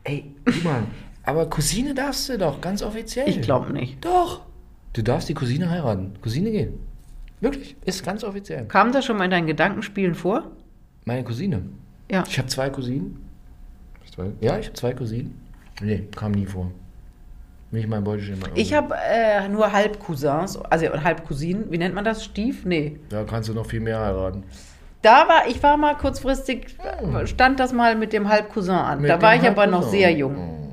[SPEAKER 2] Ey, guck mal, aber Cousine darfst du doch, ganz offiziell.
[SPEAKER 1] Ich glaube nicht.
[SPEAKER 2] Doch. Du darfst die Cousine heiraten. Cousine gehen. Wirklich. Ist ganz offiziell.
[SPEAKER 1] Kam das schon mal in deinen Gedankenspielen vor?
[SPEAKER 2] Meine Cousine.
[SPEAKER 1] Ja.
[SPEAKER 2] Ich habe zwei Cousinen. Ja, ich habe zwei Cousinen. Nee, kam nie vor. Mich mein Beutelchen mal
[SPEAKER 1] Ich habe äh, nur Halbcousins, also Halbcousinen. Wie nennt man das? Stief? Nee.
[SPEAKER 2] Da kannst du noch viel mehr heiraten.
[SPEAKER 1] Da war, ich war mal kurzfristig, stand das mal mit dem Halbcousin an.
[SPEAKER 2] Hm. Mit
[SPEAKER 1] da
[SPEAKER 2] dem
[SPEAKER 1] war ich aber
[SPEAKER 2] Halbcousin. Also,
[SPEAKER 1] noch sehr jung.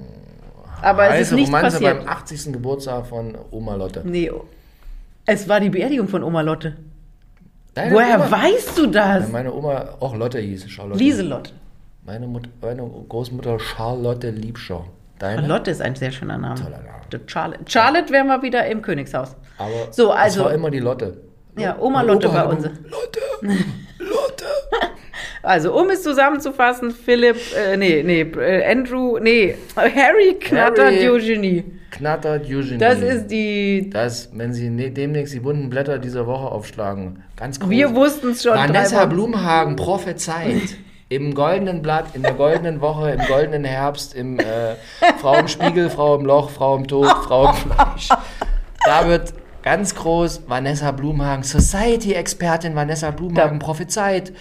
[SPEAKER 1] Aber es ist
[SPEAKER 2] Heiße
[SPEAKER 1] nichts
[SPEAKER 2] Romanze
[SPEAKER 1] passiert.
[SPEAKER 2] beim 80. Geburtstag von Oma Lotte.
[SPEAKER 1] Nee. Es war die Beerdigung von Oma Lotte.
[SPEAKER 2] Deine
[SPEAKER 1] Woher
[SPEAKER 2] Oma,
[SPEAKER 1] weißt du das?
[SPEAKER 2] Meine Oma, auch Lotte hieß Charlotte.
[SPEAKER 1] Lieselotte.
[SPEAKER 2] Meine, Mut, meine Großmutter Charlotte Liebscher. Deine?
[SPEAKER 1] Lotte ist ein sehr schöner Name.
[SPEAKER 2] Toller Name.
[SPEAKER 1] Die Charlotte, Charlotte wären wir wieder im Königshaus.
[SPEAKER 2] Aber
[SPEAKER 1] So,
[SPEAKER 2] es
[SPEAKER 1] also-
[SPEAKER 2] war immer die Lotte.
[SPEAKER 1] Ja, Oma
[SPEAKER 2] Mein
[SPEAKER 1] Lotte
[SPEAKER 2] Opa
[SPEAKER 1] war
[SPEAKER 2] hat
[SPEAKER 1] unsere.
[SPEAKER 2] immer- Lotte! Lotte!
[SPEAKER 1] Also, um es zusammenzufassen, Philipp, äh, nee, nee, äh, Andrew, nee, Harry knattert
[SPEAKER 2] Harry. Mhm.
[SPEAKER 1] Eugenie.
[SPEAKER 2] Knattert Eugenie.
[SPEAKER 1] Das ist die.
[SPEAKER 2] Das, wenn Sie ne demnächst die bunten Blätter dieser Woche aufschlagen, ganz groß.
[SPEAKER 1] Wir wussten es schon. drei
[SPEAKER 2] Vanessa
[SPEAKER 1] Wochen.
[SPEAKER 2] Blumhagen prophezeit. Im goldenen Blatt, in der goldenen Woche, im goldenen Herbst, im äh, Frau im Spiegel, Frau im Loch, Frau im Tod, Frau im Fleisch. Da wird ganz groß Vanessa Blumhagen, Society-Expertin Vanessa Blumhagen prophezeit.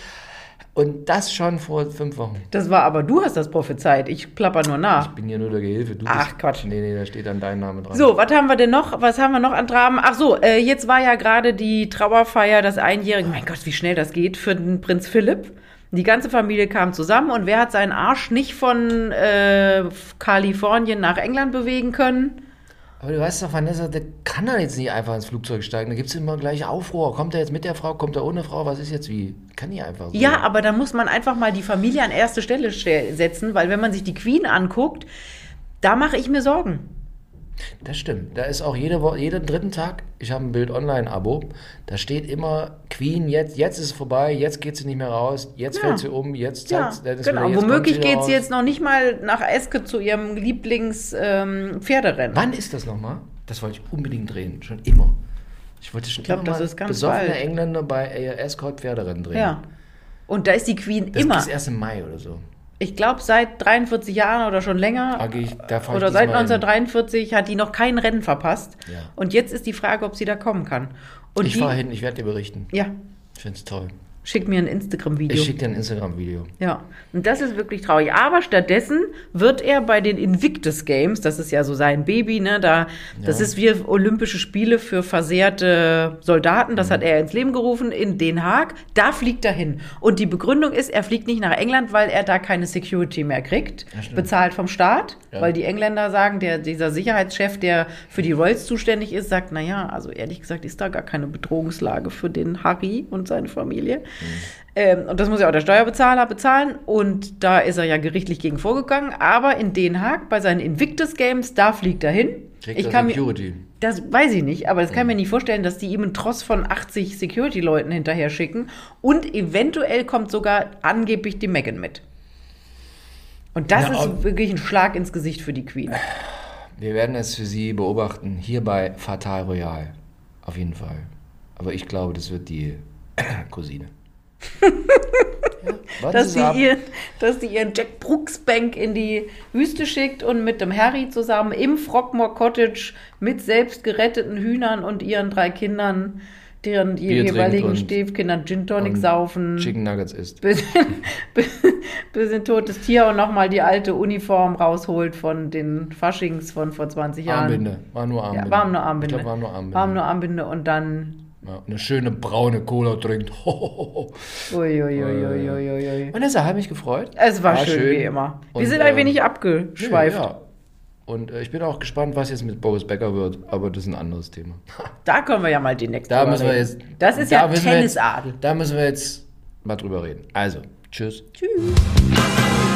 [SPEAKER 2] Und das schon vor fünf Wochen.
[SPEAKER 1] Das war aber du hast das prophezeit. Ich plapper nur nach.
[SPEAKER 2] Ich bin ja nur der Gehilfe. Du
[SPEAKER 1] Ach,
[SPEAKER 2] bist,
[SPEAKER 1] Quatsch.
[SPEAKER 2] Nee, nee, da steht dann dein Name dran.
[SPEAKER 1] So, was haben wir denn noch? Was haben wir noch an Dramen? Ach so, äh, jetzt war ja gerade die Trauerfeier, das Einjährige. Mein Gott, wie schnell das geht für den Prinz Philipp. Die ganze Familie kam zusammen und wer hat seinen Arsch nicht von äh, Kalifornien nach England bewegen können?
[SPEAKER 2] Aber du weißt doch, Vanessa, der kann doch jetzt nicht einfach ins Flugzeug steigen. Da gibt es immer gleich Aufruhr. Kommt er jetzt mit der Frau, kommt er ohne Frau? Was ist jetzt wie? Kann die einfach so.
[SPEAKER 1] Ja, aber da muss man einfach mal die Familie an erste Stelle ste- setzen, weil wenn man sich die Queen anguckt, da mache ich mir Sorgen.
[SPEAKER 2] Das stimmt. Da ist auch jede Woche, jeden dritten Tag, ich habe ein Bild Online-Abo, da steht immer Queen, jetzt, jetzt ist es vorbei, jetzt geht sie nicht mehr raus, jetzt
[SPEAKER 1] Ja.
[SPEAKER 2] fällt sie um, jetzt
[SPEAKER 1] Ja,
[SPEAKER 2] zeigt ja,
[SPEAKER 1] genau. Womöglich geht es jetzt noch nicht mal nach Eske zu ihrem ähm, Lieblings-Pferderennen.
[SPEAKER 2] Wann ist das nochmal? Das wollte ich unbedingt drehen, schon immer. Ich wollte schon
[SPEAKER 1] glaub,
[SPEAKER 2] immer
[SPEAKER 1] das
[SPEAKER 2] mal
[SPEAKER 1] ist ganz
[SPEAKER 2] besoffene
[SPEAKER 1] bald.
[SPEAKER 2] Engländer bei äh, Escort Pferderennen drehen.
[SPEAKER 1] Ja. Und da ist die Queen
[SPEAKER 2] Das
[SPEAKER 1] immer.
[SPEAKER 2] ist erst im Mai oder so.
[SPEAKER 1] Ich glaube, seit 43 Jahren oder schon länger
[SPEAKER 2] Da geh ich- da fahr Ah, genau, ich
[SPEAKER 1] oder seit
[SPEAKER 2] diesmal hin.
[SPEAKER 1] 1943 hat die noch kein Rennen verpasst.
[SPEAKER 2] Ja.
[SPEAKER 1] Und jetzt ist die Frage, ob sie da kommen kann. Und
[SPEAKER 2] ich
[SPEAKER 1] die,
[SPEAKER 2] fahre hin, ich werde dir berichten.
[SPEAKER 1] Ja,
[SPEAKER 2] Ich finde es toll.
[SPEAKER 1] schick mir ein
[SPEAKER 2] Ich
[SPEAKER 1] Instagram-Video.
[SPEAKER 2] schicke dir ein Instagram-Video.
[SPEAKER 1] Ja, und das ist wirklich traurig. Aber stattdessen wird er bei den Invictus Games, das ist ja so sein Baby, ne, da, das
[SPEAKER 2] Ja.
[SPEAKER 1] ist wie Olympische Spiele für versehrte Soldaten,
[SPEAKER 2] Mhm.
[SPEAKER 1] das hat er ins Leben gerufen in Den Haag, da fliegt er hin. Und die Begründung ist, er fliegt nicht nach England, weil er da keine Security mehr kriegt,
[SPEAKER 2] Ja, stimmt.
[SPEAKER 1] bezahlt vom Staat,
[SPEAKER 2] Ja.
[SPEAKER 1] weil die Engländer sagen, der, dieser Sicherheitschef, der für die Royals zuständig ist, sagt, na ja, also ehrlich gesagt ist da gar keine Bedrohungslage für den Harry und seine Familie.
[SPEAKER 2] Mhm.
[SPEAKER 1] Ähm, und das muss ja auch der Steuerbezahler bezahlen. Und da ist er ja gerichtlich gegen vorgegangen. Aber in Den Haag, bei seinen Invictus Games, da fliegt er hin.
[SPEAKER 2] Kriegt
[SPEAKER 1] ich
[SPEAKER 2] er
[SPEAKER 1] kann mir,
[SPEAKER 2] Security. Mhm.
[SPEAKER 1] das weiß ich nicht, aber das kann ich mir nicht vorstellen, dass die ihm einen Tross von 80 Security-Leuten hinterher schicken. Und eventuell kommt sogar angeblich die Megan mit. Und das
[SPEAKER 2] Ja,
[SPEAKER 1] ist
[SPEAKER 2] aber-
[SPEAKER 1] wirklich ein Schlag ins Gesicht für die Queen.
[SPEAKER 2] Wir werden es für Sie beobachten, hier bei Fatal Royal. Auf jeden Fall. Aber ich glaube, das wird die Cousine. ja, warten
[SPEAKER 1] Dass
[SPEAKER 2] Sie
[SPEAKER 1] die,
[SPEAKER 2] ab.
[SPEAKER 1] ihren, dass die ihren Jack Brooksbank in die Wüste schickt und mit dem Harry zusammen im Frogmore Cottage mit selbst geretteten Hühnern und ihren drei Kindern, deren die
[SPEAKER 2] Bier trinkt
[SPEAKER 1] jeweiligen
[SPEAKER 2] und-
[SPEAKER 1] Stiefkindern Gin Tonic
[SPEAKER 2] und
[SPEAKER 1] saufen.
[SPEAKER 2] Chicken Nuggets isst.
[SPEAKER 1] Bis, bis, bis in totes Tier und nochmal die alte Uniform rausholt von den Faschings von vor 20 Jahren.
[SPEAKER 2] Armbinde. War nur Armbinde.
[SPEAKER 1] Ja, war nur Armbinde.
[SPEAKER 2] Ich glaub, war nur Armbinde.
[SPEAKER 1] War nur Armbinde und dann.
[SPEAKER 2] ja, eine schöne braune Cola trinkt. Hohoho.
[SPEAKER 1] Uiuiuiuiuiui.
[SPEAKER 2] Vanessa hat mich gefreut.
[SPEAKER 1] Es war, schön, wie immer. Wir
[SPEAKER 2] Und,
[SPEAKER 1] sind ein
[SPEAKER 2] ähm,
[SPEAKER 1] wenig abgeschweift.
[SPEAKER 2] Ja. Und äh, ich bin auch gespannt, was jetzt mit Boris Becker wird. Aber das ist ein anderes Thema.
[SPEAKER 1] Da können wir ja mal die nächste
[SPEAKER 2] Da
[SPEAKER 1] drüber
[SPEAKER 2] müssen wir
[SPEAKER 1] reden.
[SPEAKER 2] jetzt.
[SPEAKER 1] Das ist
[SPEAKER 2] da
[SPEAKER 1] ja
[SPEAKER 2] müssen wir jetzt-
[SPEAKER 1] Tennisadel.
[SPEAKER 2] Da müssen wir jetzt mal drüber reden. Also, tschüss.
[SPEAKER 1] Tschüss.